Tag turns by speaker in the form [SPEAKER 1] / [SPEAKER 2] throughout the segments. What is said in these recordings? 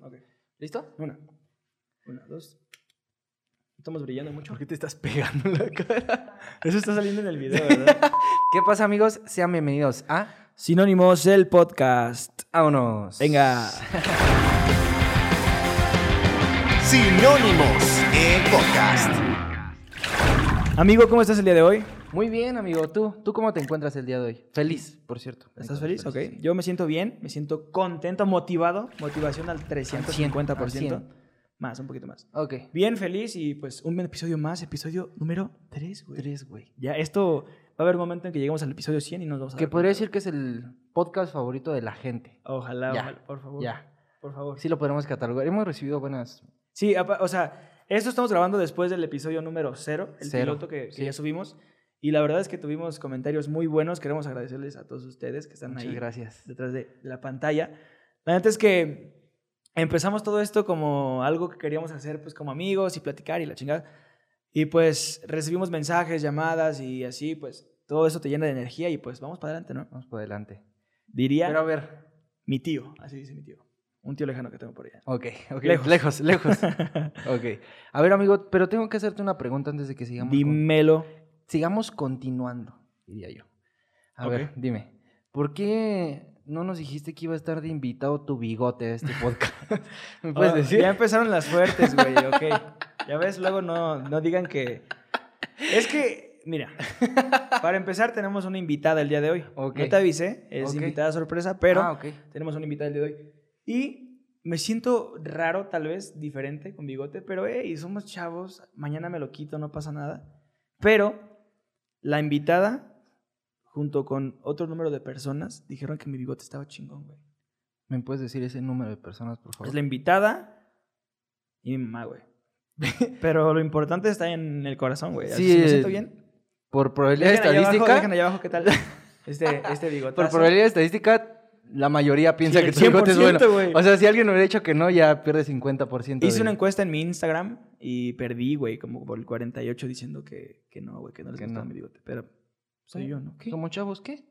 [SPEAKER 1] Ok.
[SPEAKER 2] ¿Listo?
[SPEAKER 1] Una. Una, dos. Estamos brillando mucho.
[SPEAKER 2] ¿Por qué te estás pegando en la cara?
[SPEAKER 1] Eso está saliendo en el video, ¿verdad?
[SPEAKER 2] ¿Qué pasa, amigos? Sean bienvenidos a
[SPEAKER 1] Sinónimos, el podcast.
[SPEAKER 2] Vámonos.
[SPEAKER 1] Venga.
[SPEAKER 3] Sinónimos, el podcast.
[SPEAKER 1] Amigo, ¿cómo estás el día de hoy?
[SPEAKER 2] Muy bien, amigo. ¿Tú? ¿Tú cómo te encuentras el día de hoy? Feliz, por cierto. Me
[SPEAKER 1] ¿Estás
[SPEAKER 2] encuentro
[SPEAKER 1] feliz? Ok.
[SPEAKER 2] sí.
[SPEAKER 1] Yo me siento bien, me siento contento, motivado. Motivación al 350%.
[SPEAKER 2] Al cien.
[SPEAKER 1] Más, un poquito más.
[SPEAKER 2] Ok.
[SPEAKER 1] Bien, feliz y pues un episodio más, episodio número 3, güey.
[SPEAKER 2] Tres, güey.
[SPEAKER 1] Ya, esto va a haber un momento en que lleguemos al episodio 100 y nos vamos a...
[SPEAKER 2] Que
[SPEAKER 1] dar
[SPEAKER 2] podría
[SPEAKER 1] cuenta.
[SPEAKER 2] decir que es el podcast favorito de la gente.
[SPEAKER 1] Ojalá,
[SPEAKER 2] Ya,
[SPEAKER 1] ojalá, por favor.
[SPEAKER 2] Ya.
[SPEAKER 1] Por favor.
[SPEAKER 2] Sí lo podemos catalogar. Hemos recibido buenas.
[SPEAKER 1] Sí, apa- o sea, esto estamos grabando después del episodio número 0, el
[SPEAKER 2] Cero,
[SPEAKER 1] piloto que, que
[SPEAKER 2] sí.
[SPEAKER 1] ya subimos. Y la verdad es que tuvimos comentarios muy buenos. Queremos agradecerles a todos ustedes que están
[SPEAKER 2] Muchas
[SPEAKER 1] ahí
[SPEAKER 2] gracias.
[SPEAKER 1] detrás de la pantalla. La neta es que empezamos todo esto como algo que queríamos hacer, pues como amigos y platicar y la chingada. Y pues recibimos mensajes, llamadas y así, pues todo eso te llena de energía y pues vamos para adelante, ¿no?
[SPEAKER 2] Vamos por adelante.
[SPEAKER 1] Diría
[SPEAKER 2] Pero a ver.
[SPEAKER 1] mi tío, así dice mi tío. Un tío lejano que tengo por allá.
[SPEAKER 2] Ok, ok.
[SPEAKER 1] Lejos.
[SPEAKER 2] lejos. lejos. Ok. A ver, amigo, pero tengo que hacerte una pregunta antes de que sigamos. con-
[SPEAKER 1] Dímelo.
[SPEAKER 2] sigamos continuando, diría yo. A
[SPEAKER 1] Ok.
[SPEAKER 2] ver, dime, ¿por qué no nos dijiste que iba a estar de invitado tu bigote a este podcast? ¿Me puedes
[SPEAKER 1] Ah,
[SPEAKER 2] decir?
[SPEAKER 1] Ya empezaron las fuertes, güey, ok. Ya ves, luego no, no digan que... Es que, mira, para empezar tenemos una invitada el día de hoy.
[SPEAKER 2] Ok.
[SPEAKER 1] No te avisé, es
[SPEAKER 2] Ok.
[SPEAKER 1] invitada sorpresa, pero
[SPEAKER 2] Ah, ok.
[SPEAKER 1] tenemos una invitada el día de hoy. Y me siento raro, tal vez, diferente con bigote, pero hey, somos chavos, mañana me lo quito, no pasa nada. Pero la invitada, junto con otro número de personas, dijeron que mi bigote estaba chingón, güey.
[SPEAKER 2] ¿Me puedes decir ese número de personas, por favor?
[SPEAKER 1] Es Pues la invitada y mi mamá, güey. Pero lo importante está en el corazón, güey. Así
[SPEAKER 2] Sí,
[SPEAKER 1] me siento
[SPEAKER 2] eh,
[SPEAKER 1] bien.
[SPEAKER 2] Por probabilidad
[SPEAKER 1] Dejen allá abajo,
[SPEAKER 2] estadística,
[SPEAKER 1] dejen allá abajo qué tal este, este bigotazo.
[SPEAKER 2] por probabilidad estadística, la mayoría piensa
[SPEAKER 1] Sí,
[SPEAKER 2] que
[SPEAKER 1] el
[SPEAKER 2] tu bigote es bueno.
[SPEAKER 1] 100%, güey.
[SPEAKER 2] O sea, si alguien hubiera dicho que no, ya pierde 50%.
[SPEAKER 1] Hice
[SPEAKER 2] de-
[SPEAKER 1] una encuesta en mi Instagram y perdí, güey, como por el 48 diciendo que, que no, güey, que no les
[SPEAKER 2] Que
[SPEAKER 1] gustaba
[SPEAKER 2] no.
[SPEAKER 1] mi bigote. Pero soy yo, ¿no? ¿Qué?
[SPEAKER 2] ¿Somos chavos qué?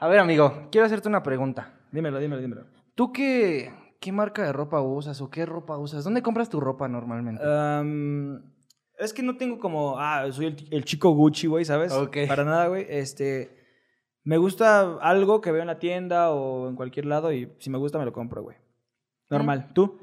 [SPEAKER 2] a ver, amigo, quiero hacerte una pregunta.
[SPEAKER 1] Dímelo, dímelo, dímelo.
[SPEAKER 2] ¿Tú qué, qué marca de ropa usas o qué ropa usas? ¿Dónde compras tu ropa normalmente?
[SPEAKER 1] Am, es que no tengo como, ah, soy el, el chico Gucci, güey, ¿sabes?
[SPEAKER 2] Ok.
[SPEAKER 1] Para nada, güey. Este, me gusta algo que veo en la tienda o en cualquier lado y si me gusta me lo compro, güey. Normal.
[SPEAKER 2] Mm.
[SPEAKER 1] ¿Tú?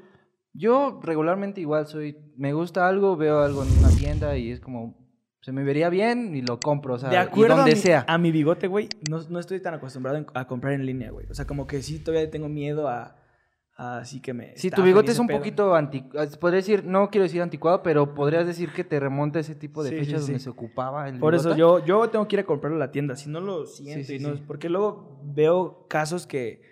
[SPEAKER 2] Yo regularmente igual soy, me gusta algo, veo algo en una tienda y es como, se me vería bien y lo compro, o sea,
[SPEAKER 1] De
[SPEAKER 2] y
[SPEAKER 1] acuerdo
[SPEAKER 2] donde
[SPEAKER 1] a, mi,
[SPEAKER 2] sea.
[SPEAKER 1] a mi bigote, güey, no, no estoy tan acostumbrado en- a comprar en línea, güey. O sea, como que sí todavía tengo miedo a, a así que me...
[SPEAKER 2] Si tu
[SPEAKER 1] estafen y
[SPEAKER 2] bigote
[SPEAKER 1] ese
[SPEAKER 2] es un
[SPEAKER 1] pedo.
[SPEAKER 2] poquito anticuado, podría decir, no quiero decir anticuado, pero podrías decir que te remonta a ese tipo de
[SPEAKER 1] Sí, sí,
[SPEAKER 2] fechas donde
[SPEAKER 1] sí.
[SPEAKER 2] se ocupaba el
[SPEAKER 1] Por eso
[SPEAKER 2] bigote.
[SPEAKER 1] yo, yo tengo que ir a comprarlo a la tienda. Si no lo siento,
[SPEAKER 2] Sí, sí,
[SPEAKER 1] y no-
[SPEAKER 2] sí.
[SPEAKER 1] porque luego veo casos que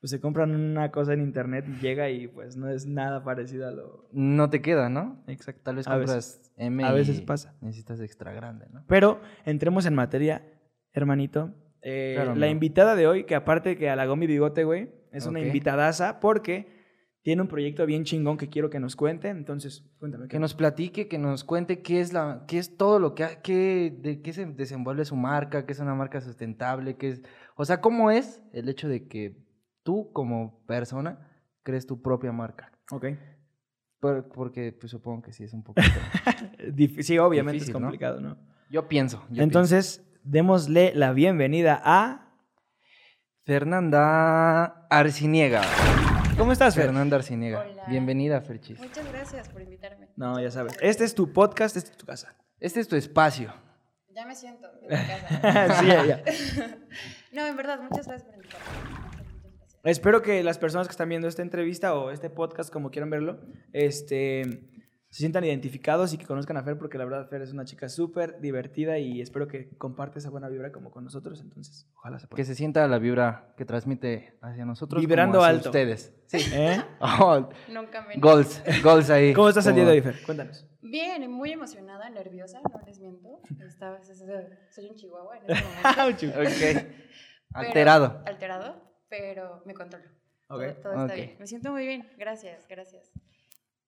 [SPEAKER 1] pues, se compran una cosa en internet, llega y pues no es nada parecido a lo.
[SPEAKER 2] No te queda, ¿no?
[SPEAKER 1] Exacto.
[SPEAKER 2] Tal vez
[SPEAKER 1] A veces.
[SPEAKER 2] compras M
[SPEAKER 1] A veces
[SPEAKER 2] y
[SPEAKER 1] pasa.
[SPEAKER 2] necesitas extra grande, ¿no?
[SPEAKER 1] Pero entremos en materia, hermanito. Eh,
[SPEAKER 2] Claro,
[SPEAKER 1] la
[SPEAKER 2] amigo.
[SPEAKER 1] invitada de hoy, que aparte que halagó mi bigote, güey, es una
[SPEAKER 2] Ok.
[SPEAKER 1] invitadaza porque tiene un proyecto bien chingón que quiero que nos cuente. Entonces, cuéntame.
[SPEAKER 2] Que nos platique, que nos cuente qué es la, qué es todo lo que, ha- qué, de qué se desenvuelve su marca, qué es una marca sustentable, qué es, o sea, cómo es el hecho de que tú como persona crees tu propia marca.
[SPEAKER 1] Ok.
[SPEAKER 2] Por- porque pues, supongo que sí es un poquito.
[SPEAKER 1] Dif- sí, obviamente
[SPEAKER 2] Difícil,
[SPEAKER 1] es
[SPEAKER 2] ¿no?
[SPEAKER 1] complicado, ¿no?
[SPEAKER 2] Yo pienso. yo
[SPEAKER 1] Entonces, démosle la bienvenida a.
[SPEAKER 2] pienso. Fernanda Arciniega.
[SPEAKER 1] ¿Cómo estás, Fer?
[SPEAKER 2] Fernanda Arciniega.
[SPEAKER 4] Hola.
[SPEAKER 2] Bienvenida, Ferchis.
[SPEAKER 4] Muchas gracias por invitarme.
[SPEAKER 1] No, ya sabes. Este es tu podcast, esta es tu casa.
[SPEAKER 2] Este es tu espacio.
[SPEAKER 4] Ya me siento en mi casa.
[SPEAKER 1] sí, ya, ya.
[SPEAKER 4] no, en verdad, muchas gracias por invitarme. Muchas, muchas gracias.
[SPEAKER 1] Espero que las personas que están viendo esta entrevista o este podcast, como quieran verlo, este, se sientan identificados y que conozcan a Fer, porque la verdad Fer es una chica súper divertida y espero que comparte esa buena vibra como con nosotros. Entonces, ojalá se
[SPEAKER 2] Que
[SPEAKER 1] pueda.
[SPEAKER 2] se sienta la vibra que transmite hacia nosotros. como
[SPEAKER 1] Vibrando
[SPEAKER 2] hacia
[SPEAKER 1] alto.
[SPEAKER 2] Ustedes. Sí.
[SPEAKER 1] ¿Eh?
[SPEAKER 2] Oh,
[SPEAKER 4] Nunca me.
[SPEAKER 2] Goals, goals ahí.
[SPEAKER 1] ¿Cómo estás el día de hoy,
[SPEAKER 2] Como-
[SPEAKER 1] Fer? Cuéntanos.
[SPEAKER 4] Bien, muy emocionada, nerviosa, no les miento. Estaba, soy un chihuahua en este momento.
[SPEAKER 2] Ok.
[SPEAKER 4] pero-
[SPEAKER 2] Alterado.
[SPEAKER 4] Alterado, pero me controlo.
[SPEAKER 1] Ok.
[SPEAKER 4] Todo, todo está
[SPEAKER 2] Ok.
[SPEAKER 4] bien. Me siento muy bien. Gracias, gracias.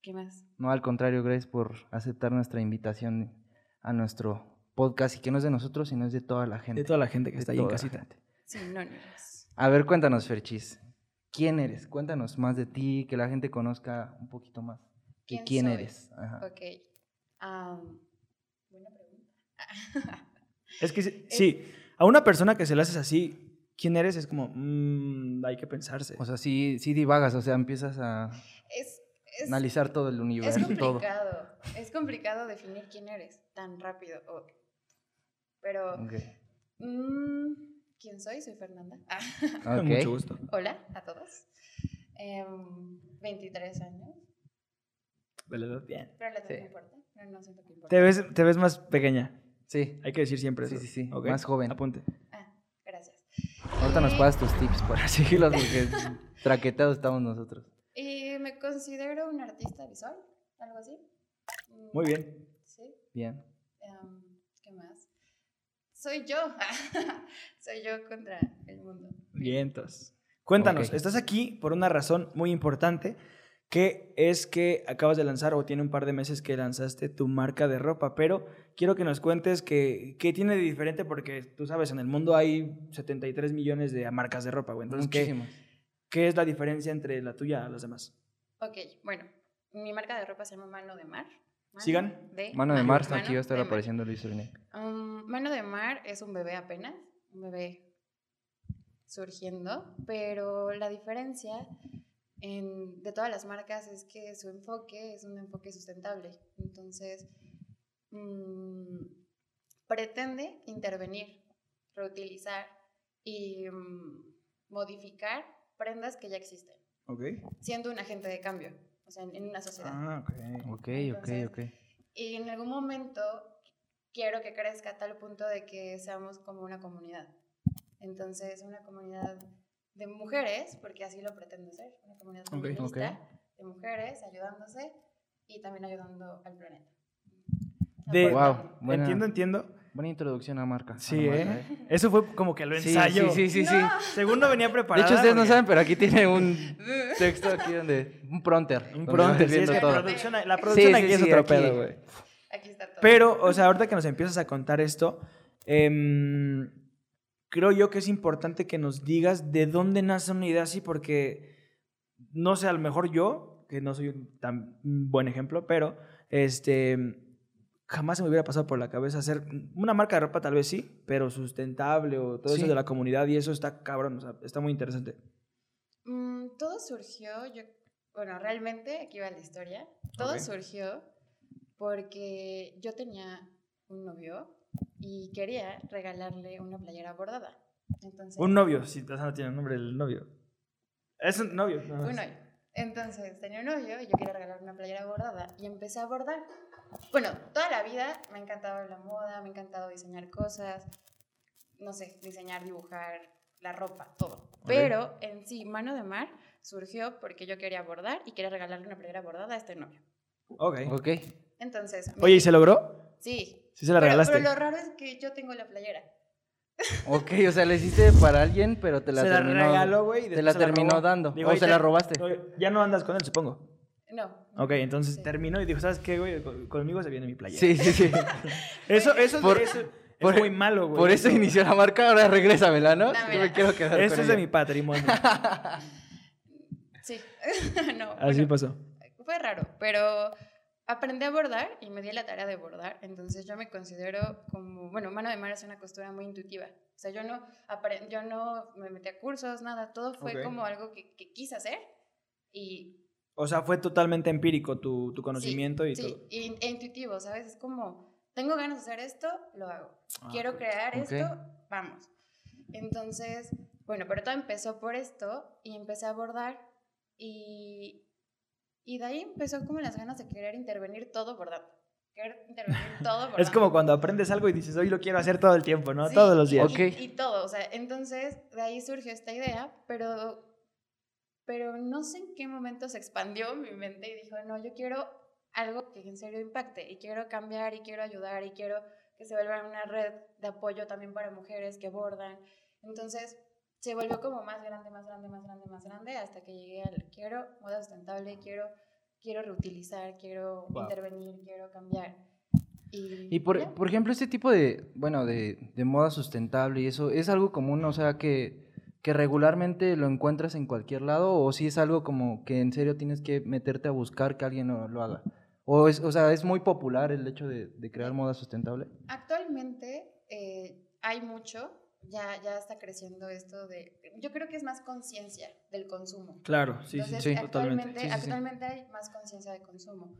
[SPEAKER 4] ¿Qué más?
[SPEAKER 2] No, al contrario, Grace, por aceptar nuestra invitación a nuestro podcast y que no es de nosotros, sino es de toda la gente.
[SPEAKER 1] De toda la gente que está ahí en
[SPEAKER 2] toda la
[SPEAKER 1] casita.
[SPEAKER 2] gente.
[SPEAKER 4] Sinónimos.
[SPEAKER 2] A ver, cuéntanos, Ferchis. ¿Quién eres? Cuéntanos más de ti, que la gente conozca un poquito más. de
[SPEAKER 4] ¿Quién
[SPEAKER 2] ¿Quién
[SPEAKER 4] soy?
[SPEAKER 2] eres? Ajá.
[SPEAKER 4] Ok. am, buena pregunta.
[SPEAKER 1] Es que sí, sí, a una persona que se la haces así, ¿quién eres? Es como, mm, hay que pensarse.
[SPEAKER 2] O sea, sí, sí divagas, o sea, empiezas a
[SPEAKER 4] es, es,
[SPEAKER 2] analizar todo el
[SPEAKER 4] es
[SPEAKER 2] universo, todo.
[SPEAKER 4] complicado. Es complicado definir quién eres tan rápido. o- Pero,
[SPEAKER 2] Ok.
[SPEAKER 4] mm, ¿quién soy? Soy Fernanda. Ah.
[SPEAKER 1] Con
[SPEAKER 2] Ok.
[SPEAKER 1] Mucho gusto.
[SPEAKER 4] Hola a todos. Em, 23 años,
[SPEAKER 1] Me la das bien.
[SPEAKER 4] pero la edad
[SPEAKER 2] Sí.
[SPEAKER 4] no importa. No, no siento que importa.
[SPEAKER 1] Te ves, te ves más pequeña.
[SPEAKER 2] Sí.
[SPEAKER 1] Hay que decir siempre
[SPEAKER 2] Sí,
[SPEAKER 1] eso.
[SPEAKER 2] sí, sí,
[SPEAKER 1] Ok,
[SPEAKER 2] más joven.
[SPEAKER 1] Apunte.
[SPEAKER 4] Ah, gracias.
[SPEAKER 2] Ahorita nos
[SPEAKER 4] Y-
[SPEAKER 2] pasas tus tips para seguirlos porque traqueteados estamos nosotros.
[SPEAKER 4] Y me considero un artista visual, algo así. Mm,
[SPEAKER 1] Muy bien.
[SPEAKER 4] Sí.
[SPEAKER 2] Bien.
[SPEAKER 4] em, ¿Qué más? Soy yo. soy yo contra el mundo.
[SPEAKER 1] Vientos. Cuéntanos,
[SPEAKER 2] Ok.
[SPEAKER 1] estás aquí por una razón muy importante, que es que acabas de lanzar o tiene un par de meses que lanzaste tu marca de ropa, pero quiero que nos cuentes que, qué tiene de diferente, porque tú sabes, en el mundo hay 73 millones de marcas de ropa, güey. Entonces, ¿qué,
[SPEAKER 2] Muchísimos.
[SPEAKER 1] ¿qué es la diferencia entre la tuya a las demás?
[SPEAKER 4] Ok, bueno, mi marca de ropa se llama Mano de Mar. Mano
[SPEAKER 1] Sigan.
[SPEAKER 4] De
[SPEAKER 2] Mano de Mar, está aquí va a estar
[SPEAKER 4] de Mar.
[SPEAKER 2] apareciendo Luis René.
[SPEAKER 4] Um, Mano de Mar es un bebé apenas, un bebé surgiendo, pero la diferencia en- de todas las marcas es que su enfoque es un enfoque sustentable. Entonces, mm, pretende intervenir, reutilizar y mm, modificar prendas que ya existen,
[SPEAKER 1] Ok.
[SPEAKER 4] siendo un agente de cambio, o sea, en, en una sociedad.
[SPEAKER 1] Ah, ok.
[SPEAKER 2] Ok, ok,
[SPEAKER 4] Entonces,
[SPEAKER 2] ok.
[SPEAKER 4] Y en algún momento quiero que crezca a tal punto de que seamos como una comunidad. Entonces, una comunidad de mujeres, porque así lo pretendo ser, una comunidad
[SPEAKER 1] Ok,
[SPEAKER 4] feminista
[SPEAKER 2] ok.
[SPEAKER 4] de mujeres ayudándose y también ayudando al planeta.
[SPEAKER 1] De-
[SPEAKER 2] Wow,
[SPEAKER 4] Aportando.
[SPEAKER 2] buena,
[SPEAKER 1] eh, Entiendo, entiendo.
[SPEAKER 2] buena introducción a marca. a la
[SPEAKER 1] Sí,
[SPEAKER 2] marca,
[SPEAKER 1] ¿eh? Eso fue como que lo
[SPEAKER 2] Sí,
[SPEAKER 1] ensayo.
[SPEAKER 2] sí, sí, sí, sí.
[SPEAKER 4] No.
[SPEAKER 1] Según no venía
[SPEAKER 2] De
[SPEAKER 1] preparada.
[SPEAKER 2] hecho, ustedes no
[SPEAKER 1] porque-
[SPEAKER 2] saben, pero aquí tiene un texto aquí donde... Un pronter.
[SPEAKER 1] Un
[SPEAKER 2] donde
[SPEAKER 1] pronto,
[SPEAKER 2] vas
[SPEAKER 1] sí, es
[SPEAKER 2] viendo
[SPEAKER 1] que
[SPEAKER 2] todo.
[SPEAKER 1] producción- la
[SPEAKER 4] Sí,
[SPEAKER 1] producción aquí es otro
[SPEAKER 2] aquí.
[SPEAKER 1] pedo, güey.
[SPEAKER 4] Aquí está todo.
[SPEAKER 1] Pero, o sea, ahorita que nos empiezas a contar esto, em, creo yo que es importante que nos digas de dónde nace una idea así, porque no sé, a lo mejor yo, que no soy un tan buen ejemplo, pero este jamás se me hubiera pasado por la cabeza hacer una marca de ropa, tal vez sí, pero sustentable o todo
[SPEAKER 2] Sí.
[SPEAKER 1] eso de la comunidad y eso está cabrón, o sea, está muy interesante.
[SPEAKER 4] Mm, todo surgió, yo, bueno, realmente, aquí va la historia, todo
[SPEAKER 1] Ok.
[SPEAKER 4] surgió porque yo tenía un novio y quería regalarle una playera bordada. Entonces,
[SPEAKER 1] Un novio, si o sea, no tiene nombre el novio. Es un novio. nada más.
[SPEAKER 4] un novio. Entonces tenía un novio y yo quería regalarle una playera bordada y empecé a bordar. Bueno, toda la vida me ha encantado la moda, me ha encantado diseñar cosas, no sé, diseñar, dibujar, la ropa, todo. Pero en sí, Mano de Mar surgió porque yo quería bordar y quería regalarle una playera bordada a este novio.
[SPEAKER 1] Ok.
[SPEAKER 2] Ok.
[SPEAKER 4] Entonces, me-
[SPEAKER 1] Oye, ¿y se logró?
[SPEAKER 4] sí.
[SPEAKER 1] Sí se la
[SPEAKER 4] pero,
[SPEAKER 1] regalaste.
[SPEAKER 4] pero lo raro es que yo tengo la playera.
[SPEAKER 2] Ok, o sea, la hiciste para alguien, pero te la
[SPEAKER 1] se la
[SPEAKER 2] terminó...
[SPEAKER 1] regaló, güey. y
[SPEAKER 2] Te
[SPEAKER 1] después
[SPEAKER 2] la
[SPEAKER 1] se
[SPEAKER 2] terminó
[SPEAKER 1] robó.
[SPEAKER 2] dando.
[SPEAKER 1] Dijo,
[SPEAKER 2] o
[SPEAKER 1] "Ahí
[SPEAKER 2] se
[SPEAKER 1] te-
[SPEAKER 2] la robaste.
[SPEAKER 1] Ya no andas con él, supongo.
[SPEAKER 4] No.
[SPEAKER 1] Ok, entonces
[SPEAKER 4] Sí.
[SPEAKER 1] terminó y dijo, ¿sabes qué, güey? Con- Conmigo se viene mi playera.
[SPEAKER 2] Sí, sí, sí.
[SPEAKER 1] Eso, eso, es-
[SPEAKER 2] Por-
[SPEAKER 1] eso es
[SPEAKER 2] por-
[SPEAKER 1] muy malo, güey.
[SPEAKER 2] Por eso inició la marca, ahora regrésamela, ¿no?
[SPEAKER 4] Dámela.
[SPEAKER 2] Yo me quiero quedar
[SPEAKER 1] Eso
[SPEAKER 2] con
[SPEAKER 1] es de mi
[SPEAKER 2] ella.
[SPEAKER 1] patrimonio.
[SPEAKER 4] Sí. no.
[SPEAKER 1] Así
[SPEAKER 4] bueno.
[SPEAKER 1] pasó.
[SPEAKER 4] fue raro, pero aprendí a bordar y me di la tarea de bordar, entonces yo me considero como, bueno, mano de mar es una costura muy intuitiva. O sea, yo no, apre- yo no me metí a cursos, nada, todo fue
[SPEAKER 1] Ok.
[SPEAKER 4] como algo que, que quise hacer y
[SPEAKER 1] O sea, fue totalmente empírico tu, tu conocimiento y
[SPEAKER 4] sí,
[SPEAKER 1] todo.
[SPEAKER 4] y- e intuitivo, ¿sabes? Es como, tengo ganas de hacer esto, lo hago.
[SPEAKER 1] Ah,
[SPEAKER 4] Quiero
[SPEAKER 1] ok.
[SPEAKER 4] crear
[SPEAKER 2] Ok.
[SPEAKER 4] esto, vamos. Entonces, bueno, pero todo empezó por esto y empecé a bordar y, y de ahí empezó como las ganas de querer intervenir todo bordando. Querer intervenir todo bordando.
[SPEAKER 1] Es como cuando aprendes algo y dices, hoy lo quiero hacer todo el tiempo, ¿no?
[SPEAKER 4] Sí,
[SPEAKER 1] Todos los días.
[SPEAKER 4] Y,
[SPEAKER 2] Ok.
[SPEAKER 4] y todo, o sea, entonces de ahí surgió esta idea, pero, pero no sé en qué momento se expandió mi mente y dijo, no, yo quiero algo que en serio impacte y quiero cambiar y quiero ayudar y quiero que se vuelva una red de apoyo también para mujeres que bordan. Entonces se volvió como más grande, más grande, más grande, más grande hasta que llegué al quiero moda sustentable, quiero, quiero reutilizar, quiero
[SPEAKER 1] Wow.
[SPEAKER 4] intervenir, quiero cambiar. Y,
[SPEAKER 2] Y por,
[SPEAKER 4] ya.
[SPEAKER 2] por ejemplo, este tipo de, bueno, de, de moda sustentable y eso, es algo común, o sea, que que regularmente lo encuentras en cualquier lado o si es algo como que en serio tienes que meterte a buscar que alguien lo, lo haga? O, es, o sea, es muy popular el hecho de, de crear moda sustentable.
[SPEAKER 4] Actualmente eh, hay mucho, ya, ya está creciendo esto de... Yo creo que es más conciencia del consumo.
[SPEAKER 1] Claro, sí,
[SPEAKER 4] Entonces,
[SPEAKER 1] sí, sí,
[SPEAKER 4] actualmente,
[SPEAKER 1] totalmente. Sí, sí, sí.
[SPEAKER 4] actualmente hay más conciencia de consumo.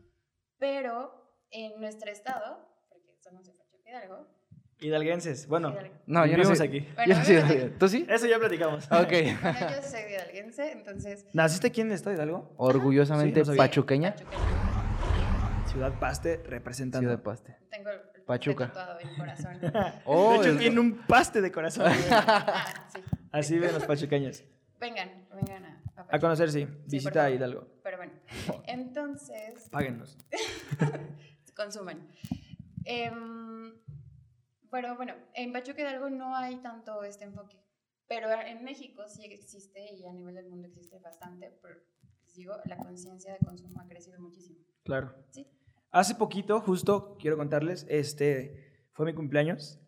[SPEAKER 4] Pero en nuestro estado, porque somos de Pachuca Hidalgo,
[SPEAKER 1] Hidalguenses, bueno,
[SPEAKER 4] Hidalgo.
[SPEAKER 2] No, yo no
[SPEAKER 1] vivimos
[SPEAKER 2] soy-
[SPEAKER 1] aquí.
[SPEAKER 4] Bueno,
[SPEAKER 2] yo no soy
[SPEAKER 4] obviamente-
[SPEAKER 2] hidalguense. ¿Tú sí?
[SPEAKER 1] Eso ya platicamos.
[SPEAKER 2] Ok.
[SPEAKER 4] bueno, yo soy hidalguense, entonces...
[SPEAKER 1] ¿Naciste aquí en el estado de Hidalgo? Sí,
[SPEAKER 2] Orgullosamente
[SPEAKER 1] no sabía.
[SPEAKER 2] pachuqueña.
[SPEAKER 4] pachuqueña.
[SPEAKER 1] Ciudad Paste representando.
[SPEAKER 2] Ciudad Paste.
[SPEAKER 4] Tengo el
[SPEAKER 2] Pachuca.
[SPEAKER 4] tatuado en el corazón.
[SPEAKER 1] de
[SPEAKER 2] Oh,
[SPEAKER 1] hecho,
[SPEAKER 2] el-
[SPEAKER 1] tiene un paste de corazón.
[SPEAKER 4] Ah, sí.
[SPEAKER 1] Así ven los pachucaños.
[SPEAKER 4] Vengan, vengan a, a
[SPEAKER 1] A
[SPEAKER 4] Pachuca.
[SPEAKER 1] conocer, sí.
[SPEAKER 4] por
[SPEAKER 1] Ah, Visita
[SPEAKER 4] favor.
[SPEAKER 1] Hidalgo.
[SPEAKER 4] Pero bueno, entonces,
[SPEAKER 1] Páguenos.
[SPEAKER 4] consumen. Em, pero bueno, en Pachuca Hidalgo no hay tanto este enfoque. Pero en México sí existe y a nivel del mundo existe bastante. Pero, les digo, la conciencia de consumo ha crecido muchísimo.
[SPEAKER 1] Claro.
[SPEAKER 4] Sí.
[SPEAKER 1] Hace poquito, justo, quiero contarles, este, fue mi cumpleaños.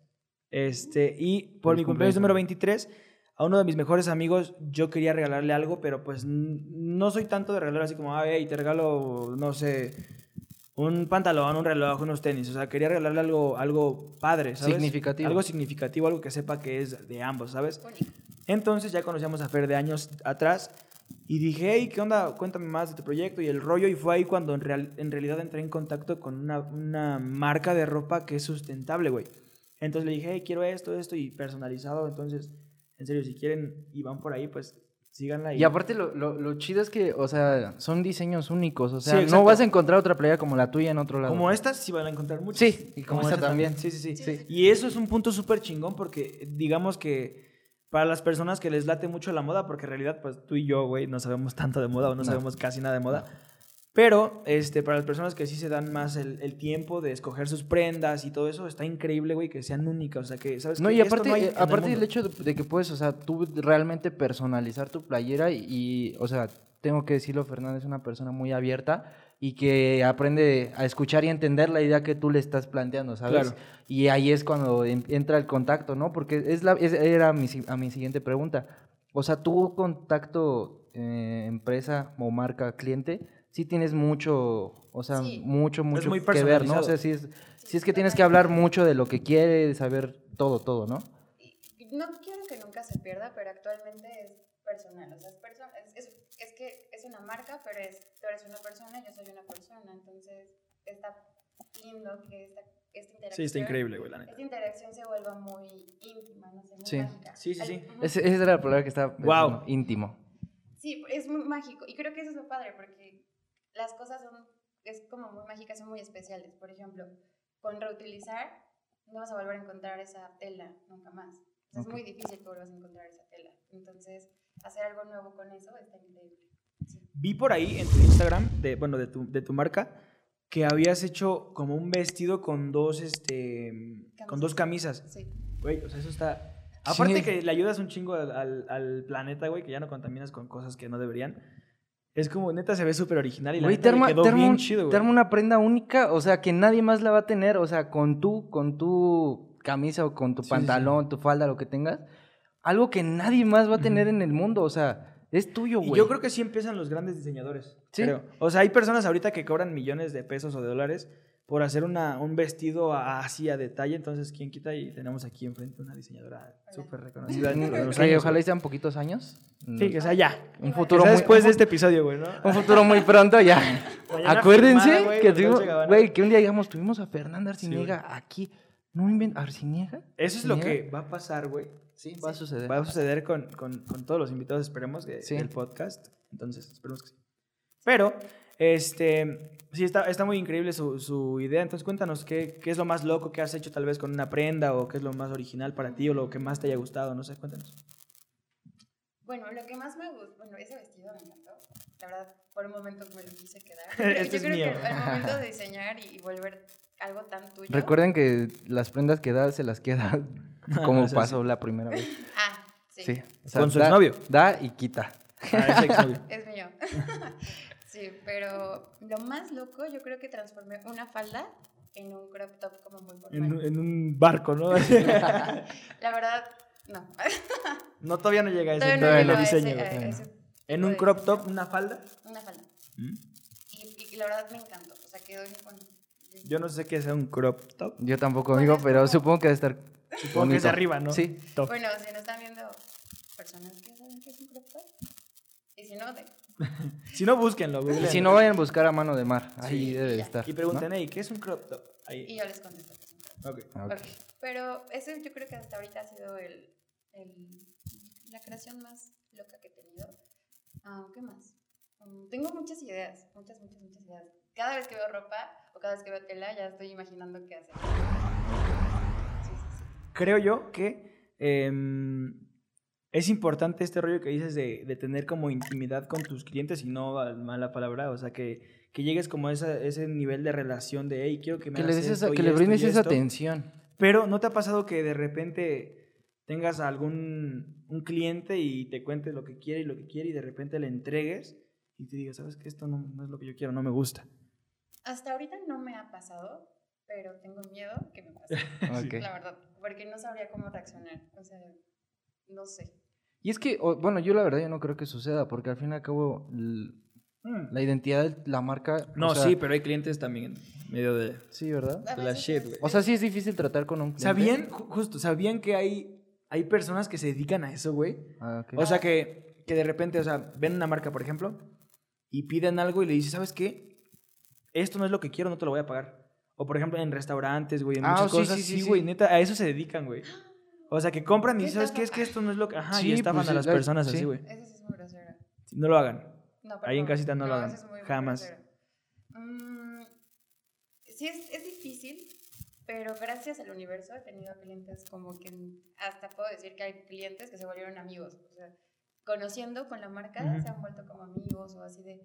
[SPEAKER 1] Este, y por
[SPEAKER 2] Feliz
[SPEAKER 1] mi cumpleaños
[SPEAKER 2] cumpleaños.
[SPEAKER 1] número 23, a uno de mis mejores amigos yo quería regalarle algo, pero pues n- no soy tanto de regalar así como, ah, hey, te regalo, no sé, un pantalón, un reloj, unos tenis. O sea, quería regalarle algo, algo padre, ¿sabes?
[SPEAKER 2] Significativo.
[SPEAKER 1] Algo significativo, algo que sepa que es de ambos, ¿sabes?
[SPEAKER 4] Único.
[SPEAKER 1] Entonces ya conocíamos a Fer de años atrás y dije, hey, ¿qué onda? Cuéntame más de tu proyecto y el rollo. Y fue ahí cuando en, real- en realidad entré en contacto con una, una marca de ropa que es sustentable, güey. Entonces le dije, hey, quiero esto, esto y personalizado. Entonces, en serio, si quieren y van por ahí, pues síganla.
[SPEAKER 2] Y aparte lo, lo- lo chido es que, o sea, son diseños únicos. O
[SPEAKER 1] Sí,
[SPEAKER 2] sea, no
[SPEAKER 1] exacto.
[SPEAKER 2] vas a encontrar otra playa como la tuya en otro lado.
[SPEAKER 1] como estas, sí van a encontrar muchas.
[SPEAKER 2] Sí, y como esta
[SPEAKER 1] esta
[SPEAKER 2] también.
[SPEAKER 1] Sí, sí, sí.
[SPEAKER 4] Sí, sí.
[SPEAKER 1] Y eso es un punto súper chingón porque digamos que para las personas que les late mucho la moda, porque en realidad pues tú y yo, güey, no sabemos tanto de moda o no,
[SPEAKER 2] No.
[SPEAKER 1] sabemos casi nada de moda. Pero este, para las personas que sí se dan más el, el tiempo de escoger sus prendas y todo eso, está increíble, güey, que sean únicas. O sea, que, ¿sabes
[SPEAKER 2] No,
[SPEAKER 1] qué?
[SPEAKER 2] y
[SPEAKER 1] Esto
[SPEAKER 2] aparte,
[SPEAKER 1] hay
[SPEAKER 2] eh,
[SPEAKER 1] en el
[SPEAKER 2] aparte del
[SPEAKER 1] mundo.
[SPEAKER 2] hecho de, de que puedes, o sea, tú realmente personalizar tu playera y, y, o sea, tengo que decirlo, Fernanda es una persona muy abierta y que aprende a escuchar y entender la idea que tú le estás planteando, ¿sabes?
[SPEAKER 1] Claro.
[SPEAKER 2] Y ahí es cuando en- entra el contacto, ¿no? Porque es la, es- era mi, si- a mi siguiente pregunta. O sea, tu contacto eh, empresa o marca cliente, sí tienes mucho, o sea,
[SPEAKER 4] Sí.
[SPEAKER 2] mucho, mucho
[SPEAKER 1] muy
[SPEAKER 2] que ver, ¿no? O
[SPEAKER 1] personalizado.
[SPEAKER 2] sea, sí es, sí es que tienes que hablar mucho de lo que quieres, saber todo, todo, ¿no?
[SPEAKER 4] Y No quiero que nunca se pierda, pero actualmente es personal. O sea, es, perso- es, es- es que es una marca, pero es, tú eres una persona, yo soy una persona. Entonces, está lindo que esta, esta interacción.
[SPEAKER 1] Sí, está increíble, güey, la neta.
[SPEAKER 4] Esta interacción se vuelva muy íntima, no sé, muy
[SPEAKER 2] Sí.
[SPEAKER 4] mágica.
[SPEAKER 1] Sí, eh, sí,
[SPEAKER 4] Al-
[SPEAKER 1] sí.
[SPEAKER 4] Ujú.
[SPEAKER 2] Ese- esa era la palabra que estaba pensando,
[SPEAKER 1] Wow.
[SPEAKER 2] íntimo.
[SPEAKER 4] Sí, es muy mágico. Y creo que eso es lo padre, porque las cosas son, es como muy mágicas, son muy especiales. Por ejemplo, con reutilizar, no vas a volver a encontrar esa tela nunca más. O sea,
[SPEAKER 2] Ok.
[SPEAKER 4] Es muy difícil que vuelvas a encontrar esa tela. Entonces, hacer algo nuevo con eso está increíble.
[SPEAKER 1] Vi por ahí en tu Instagram, de, bueno, de tu, de tu marca, que habías hecho como un vestido con dos, este, con dos camisas.
[SPEAKER 4] Sí.
[SPEAKER 1] Güey, o sea, eso está.
[SPEAKER 2] Sí.
[SPEAKER 1] Aparte que le ayudas un chingo al, al- al planeta, güey, que ya no contaminas con cosas que no deberían. Es como, neta, se ve súper original y la
[SPEAKER 2] Güey,
[SPEAKER 1] neta
[SPEAKER 2] te
[SPEAKER 1] le
[SPEAKER 2] arma,
[SPEAKER 1] quedó
[SPEAKER 2] te arma
[SPEAKER 1] bien
[SPEAKER 2] un-
[SPEAKER 1] chido,
[SPEAKER 2] te
[SPEAKER 1] güey.
[SPEAKER 2] arma una prenda única, o sea, que nadie más la va a tener, o sea, con tu, con tu camisa o con tu
[SPEAKER 1] Sí, sí,
[SPEAKER 2] pantalón, tu falda, lo que tengas, algo que nadie más va a tener
[SPEAKER 1] Ujú.
[SPEAKER 2] en el mundo, o sea, es tuyo,
[SPEAKER 1] Y
[SPEAKER 2] güey.
[SPEAKER 1] yo creo que sí empiezan los grandes diseñadores.
[SPEAKER 2] Sí.
[SPEAKER 1] creo. O sea, hay personas ahorita que cobran millones de pesos o de dólares por hacer una, un vestido a- así a detalle. Entonces, ¿quién quita? Y tenemos aquí enfrente una diseñadora súper reconocida. dentro de los
[SPEAKER 2] Que
[SPEAKER 1] años,
[SPEAKER 2] ojalá
[SPEAKER 1] güey.
[SPEAKER 2] y sean poquitos años. Mm,
[SPEAKER 1] Sí, que sea ya.
[SPEAKER 2] Un
[SPEAKER 1] Que
[SPEAKER 2] futuro
[SPEAKER 1] sea
[SPEAKER 2] muy-
[SPEAKER 1] después de este episodio, güey, ¿no?
[SPEAKER 2] Un futuro muy pronto ya.
[SPEAKER 1] Mañana
[SPEAKER 2] Acuérdense
[SPEAKER 1] firmada, güey,
[SPEAKER 2] que
[SPEAKER 1] con
[SPEAKER 2] tuvimos,
[SPEAKER 1] Dolce Gabbana.
[SPEAKER 2] güey, que un día digamos, tuvimos a Fernanda
[SPEAKER 1] Sí, güey.
[SPEAKER 2] Arciniega aquí. No invent Arciniega.
[SPEAKER 1] Eso es lo
[SPEAKER 2] Arciniega.
[SPEAKER 1] que va a pasar, güey.
[SPEAKER 2] sí va a suceder.
[SPEAKER 1] Va a suceder con, con- con todos los invitados, esperemos, de-
[SPEAKER 2] Sí.
[SPEAKER 1] del podcast. Entonces, esperemos que sí. Pero, este, sí, está, está muy increíble su, su idea. Entonces, cuéntanos qué, qué es lo más loco que has hecho tal vez con una prenda o qué es lo más original para ti o lo que más te haya gustado. No sé, cuéntanos.
[SPEAKER 4] Bueno, lo que más me gusta, bueno, ese vestido me encantó. La verdad, por un momento me lo quise quedar.
[SPEAKER 1] Este
[SPEAKER 4] yo
[SPEAKER 1] es
[SPEAKER 4] creo
[SPEAKER 1] mío.
[SPEAKER 4] que al momento de diseñar y, y volver algo tan tuyo.
[SPEAKER 2] Recuerden que las prendas que da se las queda como
[SPEAKER 1] Eso sí.
[SPEAKER 2] pasó la primera vez.
[SPEAKER 4] Ah,
[SPEAKER 2] Sí.
[SPEAKER 4] sí.
[SPEAKER 2] o sea,
[SPEAKER 1] Con su
[SPEAKER 2] da-
[SPEAKER 1] exnovio.
[SPEAKER 2] Da y quita.
[SPEAKER 1] Ah, ese exnovio.
[SPEAKER 4] Es mío. sí, pero lo más loco, yo creo que transformé una falda en un crop top como muy formal.
[SPEAKER 1] en, un- en un barco, ¿no?
[SPEAKER 4] La verdad, no.
[SPEAKER 1] No, todavía no llega a ese,
[SPEAKER 4] Todavía
[SPEAKER 1] todavía
[SPEAKER 4] no llego
[SPEAKER 1] no
[SPEAKER 4] a ese-
[SPEAKER 1] diseño.
[SPEAKER 4] a- a
[SPEAKER 2] todavía no.
[SPEAKER 4] ese-
[SPEAKER 1] En un
[SPEAKER 4] Pues-
[SPEAKER 1] crop top, una falda.
[SPEAKER 4] una falda.
[SPEAKER 1] ¿Mm?
[SPEAKER 4] Y, y la verdad me encantó. O sea, quedó bien con...
[SPEAKER 1] Yo no sé qué sea un crop top.
[SPEAKER 2] Yo tampoco, amigo, pero supongo que debe estar.
[SPEAKER 1] Supongo que es
[SPEAKER 2] bonito.
[SPEAKER 1] de arriba, ¿no?
[SPEAKER 2] Sí.
[SPEAKER 1] Top.
[SPEAKER 4] Bueno, si no están viendo personas que saben que es un crop top. Y si no, de-
[SPEAKER 1] Si no, búsquenlo.
[SPEAKER 2] Y
[SPEAKER 1] googleen.
[SPEAKER 2] si no, vayan a buscar a mano de mar. Ahí
[SPEAKER 1] Sí.
[SPEAKER 2] debe de
[SPEAKER 4] Y
[SPEAKER 2] estar.
[SPEAKER 1] Y pregunten, "Ey, ¿qué es un crop top?
[SPEAKER 4] y
[SPEAKER 1] Ahí.
[SPEAKER 4] yo les contesto que es un crop
[SPEAKER 1] Ok.
[SPEAKER 2] ¿no?
[SPEAKER 4] top.
[SPEAKER 2] Ah, Ok.
[SPEAKER 4] Ok. Pero ese yo creo que hasta ahorita ha sido el, el- la creación más loca que he tenido. Ah, ¿Qué más? Mm, tengo muchas ideas, muchas, muchas, muchas ideas. Cada vez que veo ropa o cada vez que veo tela ya estoy imaginando qué hacer. Sí, sí, sí.
[SPEAKER 1] Creo yo que em, es importante este rollo que dices de, de tener como intimidad con tus clientes y no a- mala palabra. O sea, que, que llegues como a esa- ese nivel de relación de, hey, quiero que me
[SPEAKER 2] Que le,
[SPEAKER 1] hagas
[SPEAKER 2] des esa-
[SPEAKER 1] esto y
[SPEAKER 2] que le
[SPEAKER 1] esto y
[SPEAKER 2] brindes esa
[SPEAKER 1] esto".
[SPEAKER 2] atención.
[SPEAKER 1] Pero ¿no te ha pasado que de repente tengas a algún un cliente y te cuente lo que quiere y lo que quiere y de repente le entregues y te digas, sabes que esto no, no es lo que yo quiero, no me gusta?
[SPEAKER 4] Hasta ahorita no me ha pasado, pero tengo miedo que me pase.
[SPEAKER 2] Ok.
[SPEAKER 4] La verdad, porque no sabría cómo reaccionar. O sea, no sé.
[SPEAKER 2] Y es que, o- bueno, yo la verdad yo no creo que suceda, porque al fin y al cabo l-
[SPEAKER 1] Mm.
[SPEAKER 2] la identidad de la marca... o
[SPEAKER 1] No,
[SPEAKER 2] sea,
[SPEAKER 1] sí, pero hay clientes también medio de...
[SPEAKER 2] Sí, ¿verdad?
[SPEAKER 4] A
[SPEAKER 1] La
[SPEAKER 4] veces
[SPEAKER 1] shit,
[SPEAKER 4] es-
[SPEAKER 1] güey.
[SPEAKER 2] O sea, sí es difícil tratar con un cliente.
[SPEAKER 1] ¿Sabían, ju- justo, sabían que hay, hay personas que se dedican a eso, güey?
[SPEAKER 2] Ah, ok.
[SPEAKER 1] O sea, que, que de repente, o sea, ven una marca, por ejemplo, y piden algo y le dicen, ¿sabes qué? Esto no es lo que quiero, no te lo voy a pagar. O, por ejemplo, en restaurantes, güey, en
[SPEAKER 2] Ah,
[SPEAKER 1] muchas
[SPEAKER 2] sí,
[SPEAKER 1] cosas.
[SPEAKER 2] sí, sí,
[SPEAKER 1] Sí,
[SPEAKER 2] sí.
[SPEAKER 1] güey, neta, a eso se dedican, güey. O sea, que compran y
[SPEAKER 4] Qué
[SPEAKER 1] dicen, ¿sabes qué? Es
[SPEAKER 4] estafa.
[SPEAKER 1] que esto no es lo que... Ajá,
[SPEAKER 2] Sí,
[SPEAKER 1] y estaban
[SPEAKER 2] pues,
[SPEAKER 1] a las
[SPEAKER 2] la-
[SPEAKER 1] personas
[SPEAKER 2] sí.
[SPEAKER 1] así, güey.
[SPEAKER 4] Eso sí es muy grosero.
[SPEAKER 1] No lo hagan.
[SPEAKER 4] No, por
[SPEAKER 1] Ahí en
[SPEAKER 4] favor.
[SPEAKER 1] casita no lo hagan.
[SPEAKER 4] eso es muy
[SPEAKER 1] Jamás.
[SPEAKER 4] grosero. Mm, sí, es, es difícil, pero gracias al universo he tenido clientes como que hasta puedo decir que hay clientes que se volvieron amigos. O sea, conociendo con la marca
[SPEAKER 1] Ujú.
[SPEAKER 4] se han vuelto como amigos o así de.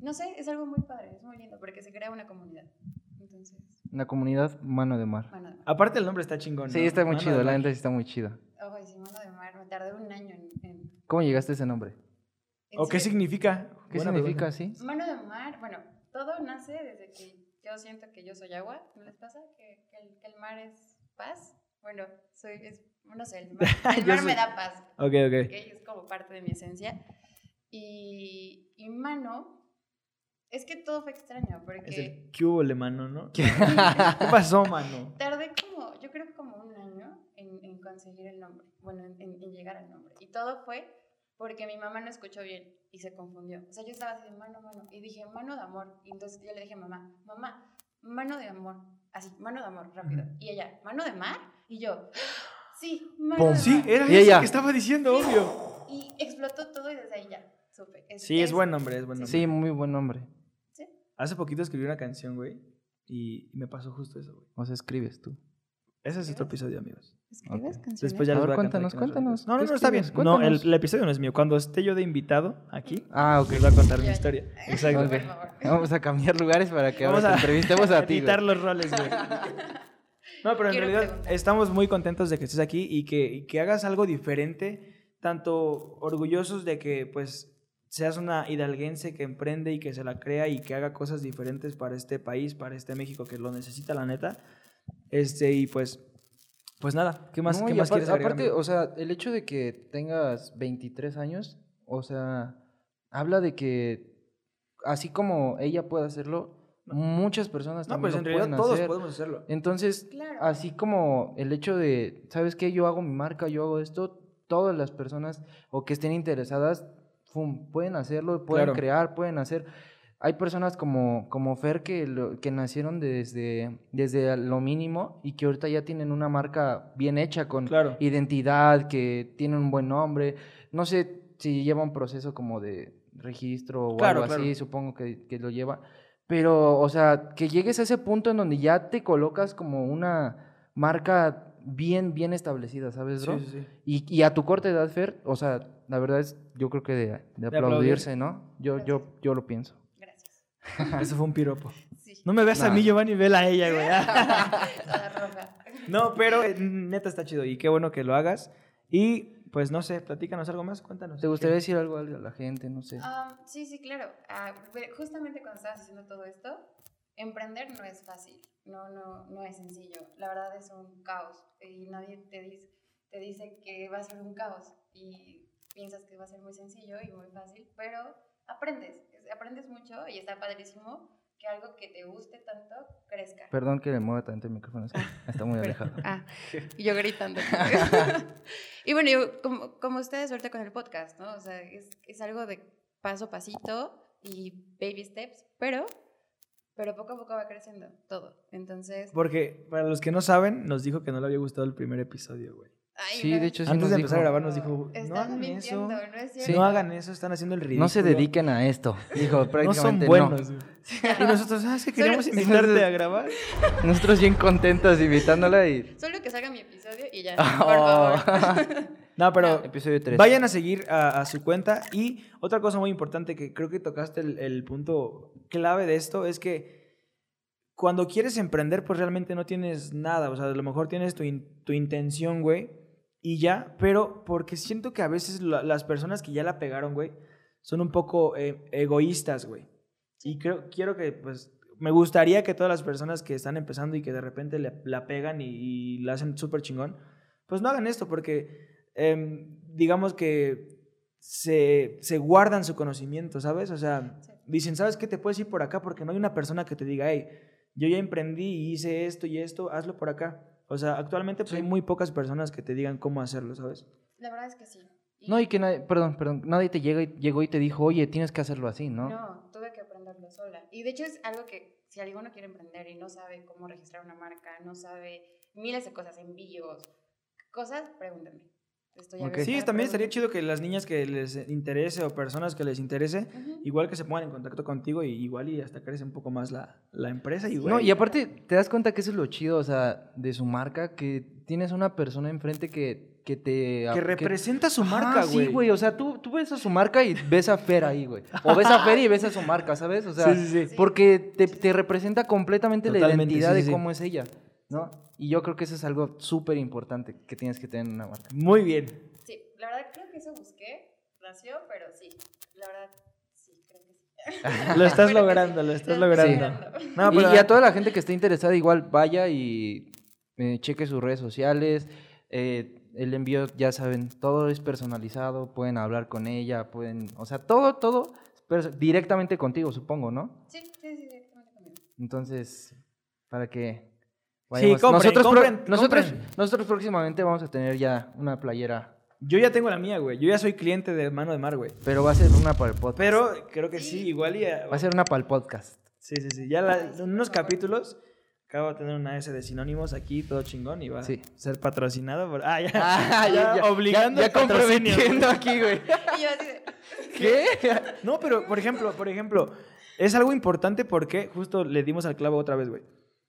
[SPEAKER 4] No sé, es algo muy padre, es muy lindo porque se crea una comunidad. Entonces,
[SPEAKER 2] La comunidad Mano de Mar.
[SPEAKER 4] mano de mar.
[SPEAKER 1] Aparte el nombre está chingón,
[SPEAKER 2] Sí,
[SPEAKER 1] ¿no?
[SPEAKER 2] está muy
[SPEAKER 1] Mano
[SPEAKER 2] chido,
[SPEAKER 1] de
[SPEAKER 2] la
[SPEAKER 1] mar.
[SPEAKER 2] neta sí está muy chida.
[SPEAKER 4] Ojo, sí, mano de mar. Me tardé un año en. en-
[SPEAKER 2] ¿Cómo llegaste a ese nombre?
[SPEAKER 4] en
[SPEAKER 1] ¿O qué
[SPEAKER 4] sí-
[SPEAKER 1] significa?
[SPEAKER 2] ¿Qué
[SPEAKER 1] Buena
[SPEAKER 2] significa
[SPEAKER 1] pregunta.
[SPEAKER 2] así?
[SPEAKER 4] Mano de mar, bueno, todo nace desde que yo siento que yo soy agua. ¿No les pasa que, que el, que el mar es paz? Bueno, soy, es- no sé, el mar, el
[SPEAKER 1] Yo
[SPEAKER 4] mar me
[SPEAKER 1] soy-
[SPEAKER 4] da paz,
[SPEAKER 1] Ok,
[SPEAKER 4] ¿ok?
[SPEAKER 1] ok.
[SPEAKER 4] Es como parte de mi esencia. Y, y mano, es que todo fue extraño
[SPEAKER 1] Es
[SPEAKER 4] porque
[SPEAKER 1] el cubole, mano, ¿no? ¿Qué pasó, mano?
[SPEAKER 4] tardé como, yo creo que como un año en, en conseguir el nombre, bueno, en, en- en llegar al nombre. Y todo fue porque mi mamá no escuchó bien y se confundió. O sea, yo estaba así de mano, mano, y dije mano de amor. Y entonces yo le dije a mamá, mamá, mano de amor, así, mano de amor, rápido.
[SPEAKER 1] Ujú.
[SPEAKER 4] Y ella, mano de mar, y yo, sí, mano de
[SPEAKER 1] Pum.
[SPEAKER 4] mar.
[SPEAKER 1] Pues Sí, era
[SPEAKER 2] Y
[SPEAKER 1] eso
[SPEAKER 2] ella.
[SPEAKER 1] que estaba diciendo, obvio.
[SPEAKER 4] Y explotó todo y desde ahí ya, supe.
[SPEAKER 1] Sí, es buen nombre, es buen nombre.
[SPEAKER 2] Sí, muy buen nombre.
[SPEAKER 1] Hace poquito escribí una canción, güey, y me pasó justo eso, güey.
[SPEAKER 2] O sea, escribes tú.
[SPEAKER 1] Ese es otro episodio, amigos.
[SPEAKER 4] ¿Escribes canciones?
[SPEAKER 1] Después ya
[SPEAKER 2] A
[SPEAKER 1] les
[SPEAKER 2] ver,
[SPEAKER 1] voy a contar
[SPEAKER 2] cuéntanos,
[SPEAKER 1] aquí nuestra
[SPEAKER 2] cuéntanos,
[SPEAKER 1] historia. No, no,
[SPEAKER 2] ¿qué
[SPEAKER 1] no, está bien.
[SPEAKER 2] escribes?
[SPEAKER 1] No, el,
[SPEAKER 2] Cuéntanos.
[SPEAKER 1] el episodio no es mío. Cuando esté yo de invitado aquí,
[SPEAKER 2] Ah, ok.
[SPEAKER 1] les voy a contar mi
[SPEAKER 4] Ya, ya.
[SPEAKER 1] historia.
[SPEAKER 4] Por
[SPEAKER 1] Exacto.
[SPEAKER 2] Ok.
[SPEAKER 4] favor.
[SPEAKER 2] Vamos a cambiar lugares para que ahora
[SPEAKER 1] Vamos
[SPEAKER 2] te
[SPEAKER 1] a
[SPEAKER 2] entrevistemos a ti. güey.
[SPEAKER 1] Editar los roles, güey. No, pero en
[SPEAKER 4] Quiero
[SPEAKER 1] realidad
[SPEAKER 4] preguntar.
[SPEAKER 1] estamos muy contentos de que estés aquí y que, y que hagas algo diferente, tanto orgullosos de que pues seas una hidalguense que emprende y que se la crea y que haga cosas diferentes para este país, para este México que lo necesita la neta. Este y pues pues nada, ¿qué más,
[SPEAKER 2] No,
[SPEAKER 1] ¿qué
[SPEAKER 2] y
[SPEAKER 1] más
[SPEAKER 2] apar-
[SPEAKER 1] quieres agregar?
[SPEAKER 2] Aparte,
[SPEAKER 1] amigo?
[SPEAKER 2] o sea, el hecho de que tengas 23 años, o sea, habla de que así como ella puede hacerlo,
[SPEAKER 1] No.
[SPEAKER 2] muchas personas
[SPEAKER 1] no,
[SPEAKER 2] también
[SPEAKER 1] pues
[SPEAKER 2] lo
[SPEAKER 1] en realidad
[SPEAKER 2] pueden
[SPEAKER 1] todos
[SPEAKER 2] hacer.
[SPEAKER 1] podemos hacerlo.
[SPEAKER 2] Entonces,
[SPEAKER 4] Claro.
[SPEAKER 2] así como el hecho de, ¿sabes qué? Yo hago mi marca, yo hago esto, todas las personas o que estén interesadas fum, pueden hacerlo, pueden
[SPEAKER 1] Claro.
[SPEAKER 2] crear, pueden hacer. Hay personas como, como Fer que, lo- que nacieron desde, desde lo mínimo y que ahorita ya tienen una marca bien hecha con
[SPEAKER 1] Claro.
[SPEAKER 2] identidad, que tienen un buen nombre. No sé si lleva un proceso como de registro o
[SPEAKER 1] Claro,
[SPEAKER 2] algo así,
[SPEAKER 1] claro.
[SPEAKER 2] supongo que, que lo lleva. Pero, o sea, que llegues a ese punto en donde ya te colocas como una marca bien, bien establecida, ¿sabes, bro?
[SPEAKER 1] Sí, sí, sí.
[SPEAKER 2] Y, y a tu corta edad, Fer, o sea, la verdad es, yo creo que de, de aplaudirse, ¿no? Yo, yo, yo lo pienso.
[SPEAKER 4] Gracias.
[SPEAKER 1] Eso fue un piropo.
[SPEAKER 4] Sí.
[SPEAKER 1] No me veas a
[SPEAKER 2] Nah.
[SPEAKER 1] mí, Giovanni, vela a ella, güey.
[SPEAKER 4] Toda roja.
[SPEAKER 1] No, pero eh, neta está chido y qué bueno que lo hagas. Y pues no sé, platícanos algo más, cuéntanos.
[SPEAKER 2] ¿Te gustaría decir algo a la gente? No sé.
[SPEAKER 4] Um, sí, sí, claro. Ah, ve- justamente cuando estabas haciendo todo esto, emprender no es fácil, no, no, no es sencillo. La verdad es un caos y nadie te dice, te dice que va a ser un caos y piensas que va a ser muy sencillo y muy fácil, pero aprendes, aprendes mucho y está padrísimo que algo que te guste tanto crezca.
[SPEAKER 2] Perdón que le mueva tanto el micrófono, es que está muy alejado.
[SPEAKER 4] Ah, y yo gritando. y bueno, yo, como, como ustedes ahorita con el podcast, ¿no? O sea, es, es algo de paso a pasito y baby steps, pero, pero poco a poco va creciendo todo. Entonces,
[SPEAKER 1] Porque para los que no saben, nos dijo que no le había gustado el primer episodio, güey.
[SPEAKER 4] ay,
[SPEAKER 2] Sí,
[SPEAKER 4] no,
[SPEAKER 2] de hecho, sí
[SPEAKER 1] Antes
[SPEAKER 2] nos
[SPEAKER 1] de empezar a
[SPEAKER 2] dijo,
[SPEAKER 1] grabar nos dijo, no
[SPEAKER 4] están
[SPEAKER 1] hagan eso,
[SPEAKER 4] mintiendo, no es cierto.
[SPEAKER 2] Sí.
[SPEAKER 1] no hagan eso, están haciendo el ridículo.
[SPEAKER 2] no se dediquen a esto, dijo
[SPEAKER 1] No son
[SPEAKER 2] prácticamente no.
[SPEAKER 1] buenos. güey. Y nosotros, ah, es que queríamos
[SPEAKER 2] Solo-
[SPEAKER 1] invitarte a grabar.
[SPEAKER 2] Nosotros bien contentos invitándola y...
[SPEAKER 4] Solo que salga mi episodio y ya,
[SPEAKER 2] Oh.
[SPEAKER 4] por favor.
[SPEAKER 1] No, pero
[SPEAKER 2] Episodio 3.
[SPEAKER 1] Vayan a seguir a, a su cuenta. Y otra cosa muy importante que creo que tocaste el, el punto clave de esto es que cuando quieres emprender, pues realmente no tienes nada. O sea, a lo mejor tienes tu, in- tu intención, güey, y ya. Pero porque siento que a veces la- las personas que ya la pegaron, güey, son un poco eh, egoístas, güey. Y creo, quiero que, pues, me gustaría que todas las personas que están empezando y que de repente le- la pegan y, y la hacen súper chingón, pues no hagan esto porque em, digamos que se, se guardan su conocimiento, ¿sabes? O sea,
[SPEAKER 4] Sí.
[SPEAKER 1] dicen, ¿sabes qué? Te puedes ir por acá porque no hay una persona que te diga, hey, yo ya emprendí y hice esto y esto, hazlo por acá. O sea, actualmente pues,
[SPEAKER 2] Sí.
[SPEAKER 1] hay muy pocas personas que te digan cómo hacerlo, ¿sabes?
[SPEAKER 4] La verdad es que sí.
[SPEAKER 2] No, y que nadie, perdón, perdón, nadie te llega y, llegó y te dijo, oye, tienes que hacerlo así, ¿no?
[SPEAKER 4] No, tuve que aprenderlo sola. Y de hecho es algo que si alguno quiere emprender y no sabe cómo registrar una marca, no sabe miles de cosas, envíos, cosas, pregúntenme. Estoy
[SPEAKER 2] Ok.
[SPEAKER 4] abierta
[SPEAKER 1] Sí,
[SPEAKER 4] a
[SPEAKER 1] también estaría chido
[SPEAKER 4] preguntas.
[SPEAKER 1] que las niñas que les interese o personas que les interese,
[SPEAKER 4] Ujú.
[SPEAKER 1] igual que se pongan en contacto contigo y igual y hasta crece un poco más la, la empresa. Y, güey,
[SPEAKER 2] No, y aparte te das cuenta que eso es lo chido, o sea, de su marca, que tienes una persona enfrente que, que te...
[SPEAKER 1] que representa su
[SPEAKER 2] Ajá,
[SPEAKER 1] marca, güey.
[SPEAKER 2] Ah, Sí, güey, o sea, tú, tú ves a su marca y ves a Fer ahí, güey. O ves a Fer y ves a su marca, ¿sabes? O sea,
[SPEAKER 1] sí, sí, sí.
[SPEAKER 4] Sí.
[SPEAKER 2] porque te, te representa completamente la
[SPEAKER 1] Totalmente,
[SPEAKER 2] identidad
[SPEAKER 1] sí,
[SPEAKER 2] de
[SPEAKER 1] sí, sí.
[SPEAKER 2] cómo es ella, ¿no? Y yo creo que eso es algo súper importante que tienes que tener en una marca.
[SPEAKER 1] Muy bien.
[SPEAKER 4] Sí, la verdad creo que eso busqué, nació, pero sí, la verdad sí, creo que sí.
[SPEAKER 1] Lo estás
[SPEAKER 4] Pero que
[SPEAKER 1] logrando, lo estás
[SPEAKER 4] lo estoy
[SPEAKER 1] logrando.
[SPEAKER 4] logrando.
[SPEAKER 1] No,
[SPEAKER 2] y,
[SPEAKER 1] Ah, pero-
[SPEAKER 2] y a toda la gente que esté interesada, igual vaya y eh, cheque sus redes sociales. eh, el envío, ya saben, todo es personalizado, pueden hablar con ella, pueden, o sea, todo, todo es perso- directamente contigo, supongo, ¿no?
[SPEAKER 4] Sí, sí, sí, directamente conmigo.
[SPEAKER 2] Entonces, para que
[SPEAKER 1] compren,
[SPEAKER 2] nosotros, pro-
[SPEAKER 1] compren,
[SPEAKER 2] nosotros,
[SPEAKER 1] compren.
[SPEAKER 2] nosotros próximamente vamos a tener ya una playera,
[SPEAKER 1] Yo ya tengo la mía, güey. Yo ya soy cliente de Mano de Mar, güey.
[SPEAKER 2] pero va a ser una para el podcast.
[SPEAKER 1] Pero creo que sí, igual y... a-
[SPEAKER 2] va a ser una para el podcast.
[SPEAKER 1] Sí, sí, sí. Ya la- en unos capítulos acabo de tener una S de sinónimos aquí, todo chingón, y va
[SPEAKER 2] Sí.
[SPEAKER 1] a ser patrocinado por... Ah, ya.
[SPEAKER 2] Ah,
[SPEAKER 1] ya, obligando
[SPEAKER 2] ya,
[SPEAKER 1] al patrocinio.
[SPEAKER 2] comprometiendo aquí, güey.
[SPEAKER 4] Y yo así de,
[SPEAKER 2] ¿Qué?
[SPEAKER 1] No, pero por ejemplo, por ejemplo, es algo importante porque justo le dimos al clavo otra vez, güey.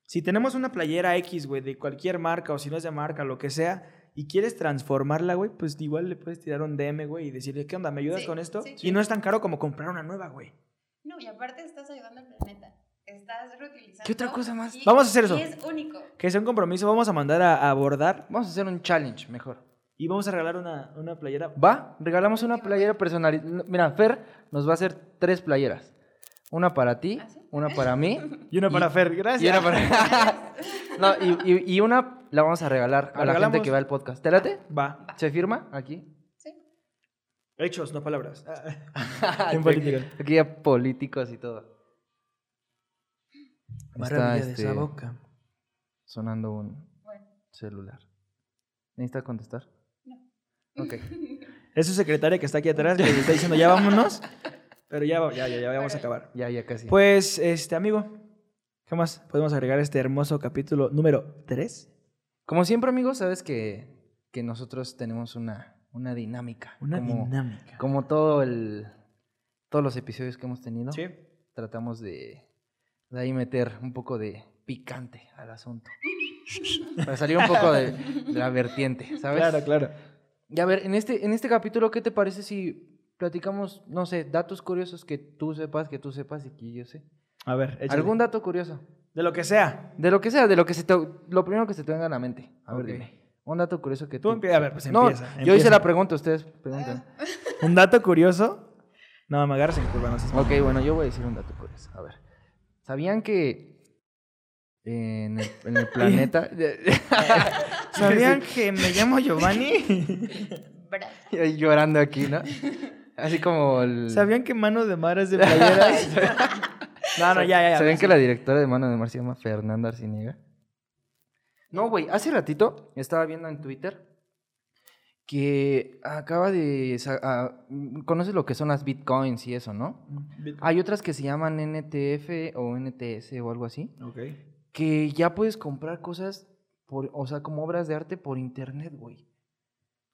[SPEAKER 1] Si tenemos una playera X, güey, de cualquier marca o si no es de marca, lo que sea, y quieres transformarla, güey, pues igual le puedes tirar un DM, güey, y decirle, ¿qué onda? ¿Me ayudas
[SPEAKER 4] Sí,
[SPEAKER 1] con esto?
[SPEAKER 4] sí.
[SPEAKER 1] Y no es tan caro como comprar una nueva, güey.
[SPEAKER 4] no, y aparte estás ayudando al planeta. Estás reutilizando.
[SPEAKER 2] ¿Qué otra cosa más?
[SPEAKER 4] y-
[SPEAKER 1] Vamos a hacer eso.
[SPEAKER 4] Y es único.
[SPEAKER 1] Que sea un compromiso, vamos a mandar a, a abordar
[SPEAKER 2] Vamos a hacer un challenge mejor.
[SPEAKER 1] y vamos a regalar una, una playera.
[SPEAKER 2] Va, regalamos una playera personalizada. Mira, Fer nos va a hacer tres playeras. Una para ti,
[SPEAKER 4] ¿Ah, sí?
[SPEAKER 2] una para mí.
[SPEAKER 1] Y una para Fer, gracias.
[SPEAKER 2] Y una para... No, y, y- y una la vamos a regalar a
[SPEAKER 1] La
[SPEAKER 2] la gente
[SPEAKER 1] regalamos.
[SPEAKER 2] que va al podcast. ¿Te late?
[SPEAKER 1] Va.
[SPEAKER 2] ¿Se firma aquí?
[SPEAKER 4] Sí.
[SPEAKER 1] Hechos, no palabras. Ah,
[SPEAKER 2] Aquí- Aquí ya políticos y todo. Está este,
[SPEAKER 1] boca.
[SPEAKER 2] sonando un
[SPEAKER 4] Bueno.
[SPEAKER 2] celular. ¿Necesita contestar?
[SPEAKER 4] No.
[SPEAKER 2] Ok.
[SPEAKER 1] Es su secretaria que está aquí atrás, que le está diciendo, ya vámonos. Pero ya, va- ya, ya, ya vamos a acabar.
[SPEAKER 2] Ya, ya casi.
[SPEAKER 1] Pues, este, amigo, ¿qué más podemos agregar a este hermoso capítulo número 3?
[SPEAKER 2] Como siempre, amigos, sabes que, que nosotros tenemos una, una dinámica. como,
[SPEAKER 1] dinámica.
[SPEAKER 2] como todo el, todos los episodios que hemos tenido,
[SPEAKER 1] Sí.
[SPEAKER 2] tratamos de, de ahí meter un poco de picante al asunto. Para salir un poco de, de la vertiente, ¿sabes?
[SPEAKER 1] Claro, claro.
[SPEAKER 2] Y a ver, en este, en este capítulo, ¿qué te parece si platicamos, no sé, datos curiosos que tú sepas, que tú sepas y que yo sé?
[SPEAKER 1] A ver, échale.
[SPEAKER 2] ¿Algún dato curioso?
[SPEAKER 1] De lo que sea.
[SPEAKER 2] De lo que sea, de lo que se te, lo primero que se te venga a la mente. A ver,
[SPEAKER 1] Ok.
[SPEAKER 2] dime. Un dato curioso que
[SPEAKER 1] Tú
[SPEAKER 2] tú...
[SPEAKER 1] empieza, a ver, pues
[SPEAKER 2] no,
[SPEAKER 1] empieza.
[SPEAKER 2] yo hice
[SPEAKER 1] empieza.
[SPEAKER 2] la pregunta, ustedes pregunten.
[SPEAKER 1] Un dato curioso. No, me agarras en curva, no seas
[SPEAKER 2] Ok,
[SPEAKER 1] mamón.
[SPEAKER 2] bueno, yo voy a decir un dato curioso. A ver. ¿Sabían que en el, en el planeta...
[SPEAKER 1] ¿Sabían que me llamo Giovanni?
[SPEAKER 4] Bra.
[SPEAKER 2] Y ahí llorando aquí, ¿no? Así como el...
[SPEAKER 1] ¿Sabían que mano de mar es de playeras? Ah, no, no, ya, ya. ya.
[SPEAKER 2] ¿Sabían que la directora de Mano de Mar se llama Fernanda Arciniega? No, güey, hace ratito estaba viendo en Twitter que acaba de... sa- ah, ¿Conoces lo que son las bitcoins y eso, no? Hay otras que se llaman NTF o NTS o algo así,
[SPEAKER 1] Ok.
[SPEAKER 2] que ya puedes comprar cosas, por, o sea, como obras de arte por internet, güey.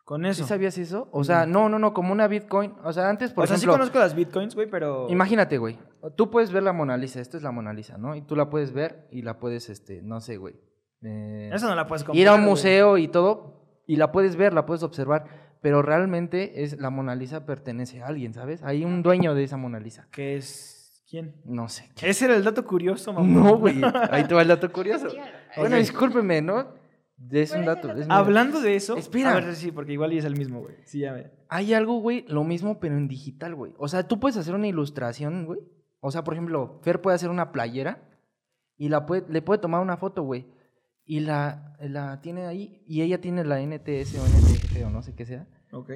[SPEAKER 1] Con
[SPEAKER 2] ¿Sí
[SPEAKER 1] eso.
[SPEAKER 2] sabías eso? O sea, no, no, no, como una Bitcoin. O sea, antes, por
[SPEAKER 1] o sea,
[SPEAKER 2] ejemplo,
[SPEAKER 1] sí conozco las bitcoins, güey, pero.
[SPEAKER 2] imagínate, güey, tú puedes ver la Mona Lisa, esta es la Mona Lisa, ¿no? Y tú la puedes ver y la puedes, este, no sé, güey. eh,
[SPEAKER 1] Eso no la puedes comprar.
[SPEAKER 2] ir a un
[SPEAKER 1] güey.
[SPEAKER 2] museo y todo, y la puedes ver, la puedes observar, pero realmente es la Mona Lisa pertenece a alguien, ¿sabes? Hay un dueño de esa Mona Lisa.
[SPEAKER 1] ¿Qué es. ¿Quién?
[SPEAKER 2] No sé.
[SPEAKER 1] Ese era el dato curioso, mamá.
[SPEAKER 2] No, güey. Ahí te va el dato curioso.
[SPEAKER 4] Dígalo.
[SPEAKER 2] Bueno,
[SPEAKER 1] Ok.
[SPEAKER 2] discúlpeme, ¿no? Es un
[SPEAKER 4] ¿Cuál es el
[SPEAKER 2] dato.
[SPEAKER 4] dato?
[SPEAKER 2] es mi-
[SPEAKER 1] Hablando de eso.
[SPEAKER 2] Espera.
[SPEAKER 1] A ver, sí, porque igual y es el mismo, güey. Sí, ya ve.
[SPEAKER 2] Hay algo, güey, lo mismo, pero en digital, güey. O sea, tú puedes hacer una ilustración, güey. O sea, por ejemplo, Fer puede hacer una playera y la puede, le puede tomar una foto, güey. Y la, la tiene ahí y ella tiene la NTS o NTF o no sé qué sea.
[SPEAKER 1] Ok.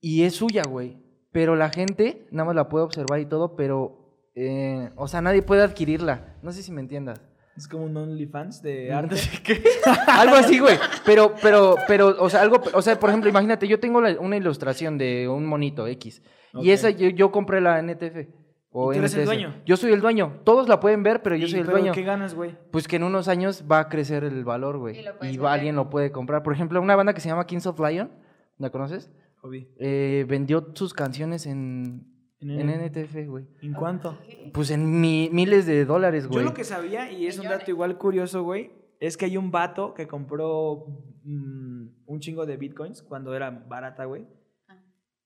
[SPEAKER 2] Y es suya, güey. Pero la gente nada más la puede observar y todo, pero... eh, o sea, nadie puede adquirirla. No sé si me entiendas.
[SPEAKER 1] Es como un OnlyFans de
[SPEAKER 2] Mm.
[SPEAKER 1] arte.
[SPEAKER 2] algo así, güey. Pero, pero, pero, o sea, algo, o sea, por ejemplo, imagínate, yo tengo la- una ilustración de un monito X.
[SPEAKER 1] Ok.
[SPEAKER 2] Y esa yo, yo compré la NTF. O
[SPEAKER 1] ¿Y tú eres el
[SPEAKER 2] NTS.
[SPEAKER 1] dueño?
[SPEAKER 2] Yo soy el dueño. Todos la pueden ver, pero yo
[SPEAKER 1] Y-
[SPEAKER 2] soy el
[SPEAKER 1] pero
[SPEAKER 2] dueño.
[SPEAKER 1] ¿Qué ganas, güey?
[SPEAKER 2] Pues que en unos años va a crecer el valor, güey.
[SPEAKER 4] Y lo
[SPEAKER 2] Y,
[SPEAKER 4] puedes
[SPEAKER 2] va-
[SPEAKER 4] vender.
[SPEAKER 2] alguien lo puede comprar. Por ejemplo, una banda que se llama Kings of Lion, ¿la conoces?
[SPEAKER 1] Hobby.
[SPEAKER 2] Eh, vendió sus canciones en,
[SPEAKER 1] ¿En,
[SPEAKER 2] en NTF, güey.
[SPEAKER 1] ¿En cuánto?
[SPEAKER 2] Pues en mi- miles de dólares, güey.
[SPEAKER 1] Yo lo que sabía, y es un
[SPEAKER 4] Millones.
[SPEAKER 1] dato igual curioso, güey, es que hay un vato que compró mm, un chingo de bitcoins cuando era barata, güey.
[SPEAKER 4] Ah.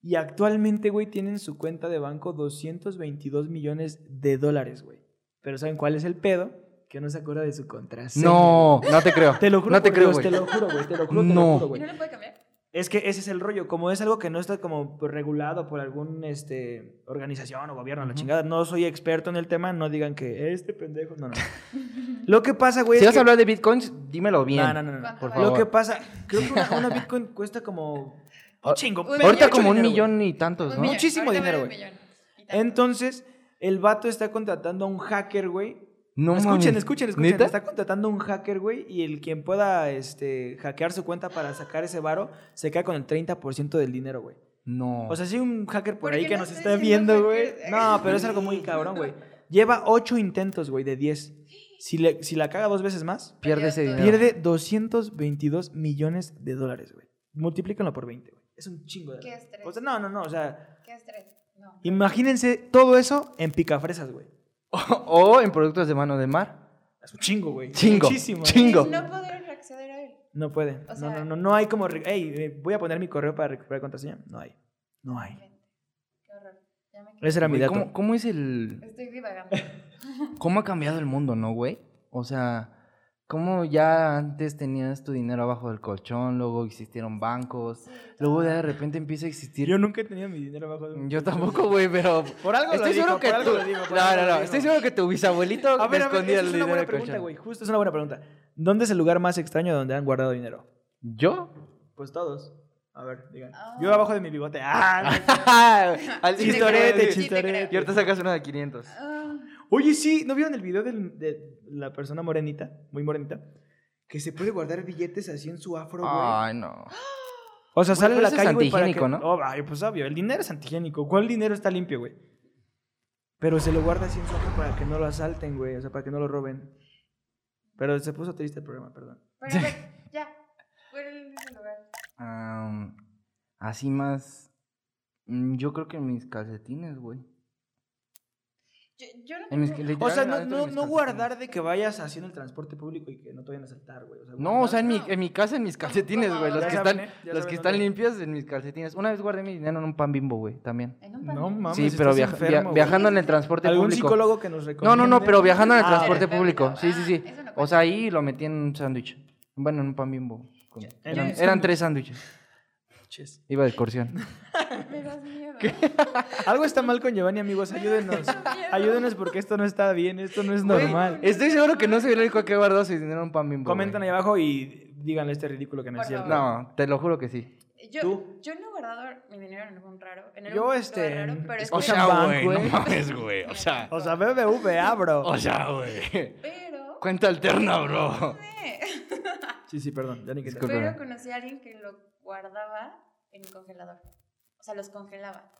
[SPEAKER 1] Y actualmente, güey, tiene en su cuenta de banco 222 millones de dólares, güey. Pero ¿saben cuál es el pedo? Que no se acuerda de su contraseña.
[SPEAKER 2] No, no te creo.
[SPEAKER 1] Te lo juro,
[SPEAKER 2] No te
[SPEAKER 1] por
[SPEAKER 2] creo,
[SPEAKER 1] Dios,
[SPEAKER 2] güey.
[SPEAKER 1] te lo juro, güey, te lo juro, te lo
[SPEAKER 2] No.
[SPEAKER 1] juro,
[SPEAKER 4] ¿Y
[SPEAKER 1] güey.
[SPEAKER 4] no lo puede cambiar?
[SPEAKER 1] Es que ese es el rollo. Como es algo que no está como pues, regulado por algún este, organización o gobierno, la
[SPEAKER 2] Ujú.
[SPEAKER 1] chingada. No soy experto en el tema, no digan que este pendejo. No, no. Lo que pasa, güey.
[SPEAKER 2] Si
[SPEAKER 1] es
[SPEAKER 2] vas
[SPEAKER 1] que-
[SPEAKER 2] a hablar de bitcoins, dímelo bien.
[SPEAKER 1] No, no, no. no.
[SPEAKER 4] ¿Cuánto
[SPEAKER 2] por
[SPEAKER 4] vale?
[SPEAKER 1] Lo
[SPEAKER 2] favor.
[SPEAKER 1] que pasa, creo que una, una Bitcoin cuesta como un
[SPEAKER 2] Ah,
[SPEAKER 1] chingo.
[SPEAKER 4] ahorita
[SPEAKER 1] pero
[SPEAKER 2] Ahorita
[SPEAKER 1] mucho
[SPEAKER 2] como un
[SPEAKER 1] dinero, güey.
[SPEAKER 2] millón y tantos,
[SPEAKER 4] Un
[SPEAKER 2] ¿no?
[SPEAKER 4] millón.
[SPEAKER 1] Muchísimo
[SPEAKER 4] Ahorita
[SPEAKER 1] dinero,
[SPEAKER 4] vale un millón y tanto.
[SPEAKER 1] Entonces, el vato está contratando a un hacker, güey.
[SPEAKER 2] No
[SPEAKER 1] escuchen,
[SPEAKER 2] mames.
[SPEAKER 1] escuchen, escuchen.
[SPEAKER 2] ¿Neta?
[SPEAKER 1] Está contratando a un hacker, güey. Y el quien pueda este, hackear su cuenta para sacar ese varo, se queda con el 30% del dinero, güey.
[SPEAKER 2] No.
[SPEAKER 1] O sea, si un hacker por
[SPEAKER 4] ¿Por
[SPEAKER 1] ahí
[SPEAKER 4] qué
[SPEAKER 1] que
[SPEAKER 4] no
[SPEAKER 1] nos
[SPEAKER 4] está
[SPEAKER 1] está
[SPEAKER 4] diciendo
[SPEAKER 1] viendo, güey.
[SPEAKER 4] hacker?
[SPEAKER 1] No, pero es algo muy cabrón, güey. Lleva 8 intentos, güey, de 10. Si, le- si la caga dos veces más,
[SPEAKER 2] pierde ese
[SPEAKER 4] Perdió
[SPEAKER 2] dinero.
[SPEAKER 4] todo.
[SPEAKER 1] Pierde 222 millones de dólares, güey. Multiplícalo por 20, güey. Es un chingo de
[SPEAKER 4] Qué
[SPEAKER 1] lana.
[SPEAKER 4] estrés.
[SPEAKER 1] O
[SPEAKER 2] pues,
[SPEAKER 1] sea, no, no, no. O sea,
[SPEAKER 4] ¿Qué estrés? No.
[SPEAKER 1] imagínense todo eso en picafresas, güey.
[SPEAKER 2] O en productos de mano de mar.
[SPEAKER 1] Es un chingo, güey.
[SPEAKER 2] Chingo,
[SPEAKER 1] Muchísimo.
[SPEAKER 2] chingo. Bingo.
[SPEAKER 4] Y no poder acceder a él.
[SPEAKER 1] No puede.
[SPEAKER 4] O sea-
[SPEAKER 1] no, no, no, no hay como. re- Ey, eh, voy a poner mi correo para recuperar contraseña. No hay. No hay.
[SPEAKER 4] Qué horror. Ya me
[SPEAKER 1] Ese era mi
[SPEAKER 2] Güey,
[SPEAKER 1] dato.
[SPEAKER 2] ¿cómo, cómo es el.
[SPEAKER 4] Estoy divagando.
[SPEAKER 2] ¿Cómo ha cambiado el mundo, no, güey? O sea, ¿cómo ya antes tenías tu dinero abajo del colchón? Luego existieron bancos. Luego ya de repente empieza a existir.
[SPEAKER 1] Yo nunca he tenido mi dinero bajo de un
[SPEAKER 2] Yo
[SPEAKER 1] colchón.
[SPEAKER 2] tampoco, güey, pero.
[SPEAKER 1] Por algo
[SPEAKER 2] Estoy
[SPEAKER 1] lo digo,
[SPEAKER 2] seguro que
[SPEAKER 1] por algo
[SPEAKER 2] tú-
[SPEAKER 1] lo digo, por
[SPEAKER 2] No,
[SPEAKER 1] algo
[SPEAKER 2] no,
[SPEAKER 1] lo
[SPEAKER 2] no.
[SPEAKER 1] digo.
[SPEAKER 2] Estoy seguro que tu bisabuelito
[SPEAKER 1] A ver, a ver,
[SPEAKER 2] escondía
[SPEAKER 1] esa
[SPEAKER 2] el
[SPEAKER 1] es una
[SPEAKER 2] dinero
[SPEAKER 1] buena
[SPEAKER 2] del
[SPEAKER 1] pregunta,
[SPEAKER 2] colchón.
[SPEAKER 1] güey. Justo es una buena pregunta. ¿Dónde es el lugar más extraño donde han guardado dinero?
[SPEAKER 2] ¿Yo?
[SPEAKER 1] Pues todos. A ver, digan.
[SPEAKER 4] Ah.
[SPEAKER 1] Yo abajo de mi bigote. ¡Ah!
[SPEAKER 2] Al
[SPEAKER 4] Sí te
[SPEAKER 1] Chistorete,
[SPEAKER 4] creo, sí te
[SPEAKER 1] chistorete.
[SPEAKER 2] Y ahorita sacas una de 500.
[SPEAKER 4] Ah,
[SPEAKER 1] Oye, sí, ¿no vieron el video del- de la persona morenita, muy morenita? Que se puede guardar billetes así en su afro, güey.
[SPEAKER 2] Ay, no.
[SPEAKER 1] o sea,
[SPEAKER 2] Güey,
[SPEAKER 1] sale a
[SPEAKER 2] pero
[SPEAKER 1] la
[SPEAKER 2] eso es
[SPEAKER 1] calle, güey, para que...
[SPEAKER 2] antihigiénico,
[SPEAKER 1] Oh, ay, pues obvio, el dinero es antigénico. ¿Cuál dinero está limpio, güey? Pero se lo guarda así en su afro para que no lo asalten, güey. O sea, para que no lo roben. Pero se puso triste el programa, perdón.
[SPEAKER 4] Pero a ver, ya. ¿Cuál es el lugar?
[SPEAKER 2] Am, así más. mm, Yo creo que en mis calcetines, güey.
[SPEAKER 4] Yo, yo no
[SPEAKER 2] En mis-
[SPEAKER 4] tengo-
[SPEAKER 1] O
[SPEAKER 2] literal,
[SPEAKER 1] sea, no,
[SPEAKER 2] adentro de
[SPEAKER 1] no,
[SPEAKER 2] mis
[SPEAKER 1] no
[SPEAKER 2] calcetines.
[SPEAKER 1] guardar de que vayas haciendo el transporte público y que no te vayan a asaltar, güey. O sea,
[SPEAKER 2] No, o sea, en mi,
[SPEAKER 4] No.
[SPEAKER 2] en mi casa, en mis calcetines, güey. Los
[SPEAKER 1] Ya
[SPEAKER 2] que
[SPEAKER 1] saben,
[SPEAKER 2] están,
[SPEAKER 1] ¿eh? Ya
[SPEAKER 2] los
[SPEAKER 1] saben
[SPEAKER 2] que están
[SPEAKER 1] dónde.
[SPEAKER 2] limpios en mis calcetines. Una vez guardé mi dinero en un pan bimbo, güey, también.
[SPEAKER 4] En un pan.
[SPEAKER 1] No mames,
[SPEAKER 2] sí, pero
[SPEAKER 1] estás
[SPEAKER 2] viaja- via-
[SPEAKER 1] enfermo, güey.
[SPEAKER 2] viajando en el transporte
[SPEAKER 1] ¿Algún
[SPEAKER 2] público.
[SPEAKER 1] psicólogo que nos
[SPEAKER 2] No,
[SPEAKER 1] recomiende?
[SPEAKER 2] no, no, pero viajando en el
[SPEAKER 1] Ah,
[SPEAKER 2] transporte
[SPEAKER 4] ok.
[SPEAKER 2] público. Sí, sí, sí.
[SPEAKER 4] Ah, eso no
[SPEAKER 2] O sea,
[SPEAKER 4] cuenta.
[SPEAKER 2] ahí lo metí en un sándwich. Bueno, en un pan bimbo. Con-
[SPEAKER 1] Yo-
[SPEAKER 2] Eran,
[SPEAKER 1] yo-
[SPEAKER 2] eran tres sándwiches.
[SPEAKER 1] escuches.
[SPEAKER 2] Iba de excursión.
[SPEAKER 4] Me das miedo.
[SPEAKER 1] Algo está mal con Giovanni, amigos. Ayúdenos. Ayúdenos porque esto no está bien, esto no es
[SPEAKER 2] Güey, eh,
[SPEAKER 1] normal.
[SPEAKER 2] Estoy seguro que no soy el único que guardó su dinero en un pan bimbo.
[SPEAKER 1] Comentan ahí
[SPEAKER 2] güey.
[SPEAKER 1] abajo y díganle este ridículo que no
[SPEAKER 4] Por
[SPEAKER 1] es cierto.
[SPEAKER 4] favor.
[SPEAKER 2] No, te lo juro que sí.
[SPEAKER 4] Yo,
[SPEAKER 1] ¿Tú?
[SPEAKER 4] yo no he guardado mi dinero en algún raro. En
[SPEAKER 1] Yo,
[SPEAKER 4] algún lugar
[SPEAKER 1] este,
[SPEAKER 4] raro, pero
[SPEAKER 1] o
[SPEAKER 4] estoy-
[SPEAKER 1] sea, ¿eh? Bank,
[SPEAKER 3] güey, no
[SPEAKER 1] güey.
[SPEAKER 3] mames, güey. O sea,
[SPEAKER 1] O sea, BBVA, ah, bro.
[SPEAKER 3] o sea, güey.
[SPEAKER 4] Pero.
[SPEAKER 2] Cuenta alterna, bro.
[SPEAKER 1] Sí, sí, perdón. Ya ni que te-
[SPEAKER 2] Disculpe.
[SPEAKER 4] Pero conocí a alguien que lo guardaba en el congelador. O sea, los congelaba.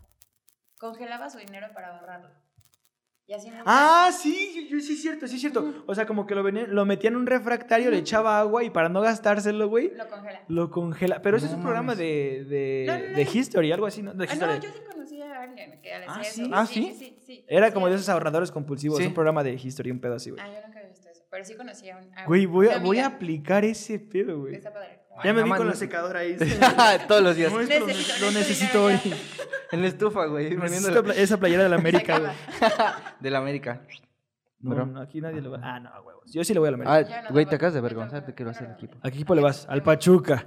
[SPEAKER 4] Congelaba su dinero para ahorrarlo. Y así nunca-
[SPEAKER 1] Ah, sí, yo, yo- sí es cierto, sí es cierto. O sea, como que lo, venía- lo metía en un refractario, le echaba agua y para no gastárselo, güey,
[SPEAKER 4] lo congela. Ah,
[SPEAKER 1] lo congela. Pero ese
[SPEAKER 2] No
[SPEAKER 1] es un programa
[SPEAKER 2] mames.
[SPEAKER 1] de, de,
[SPEAKER 4] No, no, no.
[SPEAKER 1] de History, algo así, ¿no? De
[SPEAKER 4] Ah,
[SPEAKER 1] History.
[SPEAKER 4] no, yo sí conocí a alguien que le
[SPEAKER 1] Ah,
[SPEAKER 4] hacía eso.
[SPEAKER 1] ¿sí?
[SPEAKER 2] Ah,
[SPEAKER 4] sí,
[SPEAKER 2] ¿sí?
[SPEAKER 4] sí, sí.
[SPEAKER 1] Era
[SPEAKER 4] Sí,
[SPEAKER 1] como de
[SPEAKER 4] sí.
[SPEAKER 1] esos ahorradores compulsivos,
[SPEAKER 2] Sí.
[SPEAKER 1] un programa de History, un pedo así, güey.
[SPEAKER 4] Ah, yo nunca había visto eso. Pero sí conocí a un. a
[SPEAKER 1] Güey, voy a,
[SPEAKER 4] una
[SPEAKER 1] voy a
[SPEAKER 4] amiga.
[SPEAKER 1] aplicar ese pedo, güey.
[SPEAKER 4] Está padre.
[SPEAKER 1] Ya me
[SPEAKER 2] Ay,
[SPEAKER 1] vi
[SPEAKER 2] no
[SPEAKER 1] con
[SPEAKER 2] man-
[SPEAKER 1] la secadora ahí.
[SPEAKER 2] Todos los días.
[SPEAKER 1] No, es que lo-
[SPEAKER 4] Necesito,
[SPEAKER 1] lo necesito
[SPEAKER 4] necesito
[SPEAKER 1] hoy.
[SPEAKER 4] dinero
[SPEAKER 2] En la estufa, güey. poniendo
[SPEAKER 1] Necesito pla- esa playera de la América,
[SPEAKER 4] Se
[SPEAKER 1] güey.
[SPEAKER 2] De la América.
[SPEAKER 1] No,
[SPEAKER 2] Bro.
[SPEAKER 1] no, aquí nadie le va. Ah, no, huevos. Yo sí le voy a la América.
[SPEAKER 2] Ah,
[SPEAKER 4] Yo no
[SPEAKER 2] güey,
[SPEAKER 4] tampoco.
[SPEAKER 2] te acabas de
[SPEAKER 4] Yo
[SPEAKER 2] avergonzar
[SPEAKER 4] tampoco,
[SPEAKER 2] de que lo
[SPEAKER 4] yo
[SPEAKER 2] hace el
[SPEAKER 4] no.
[SPEAKER 2] equipo.
[SPEAKER 1] ¿A qué equipo pues le vas? Al Pachuca.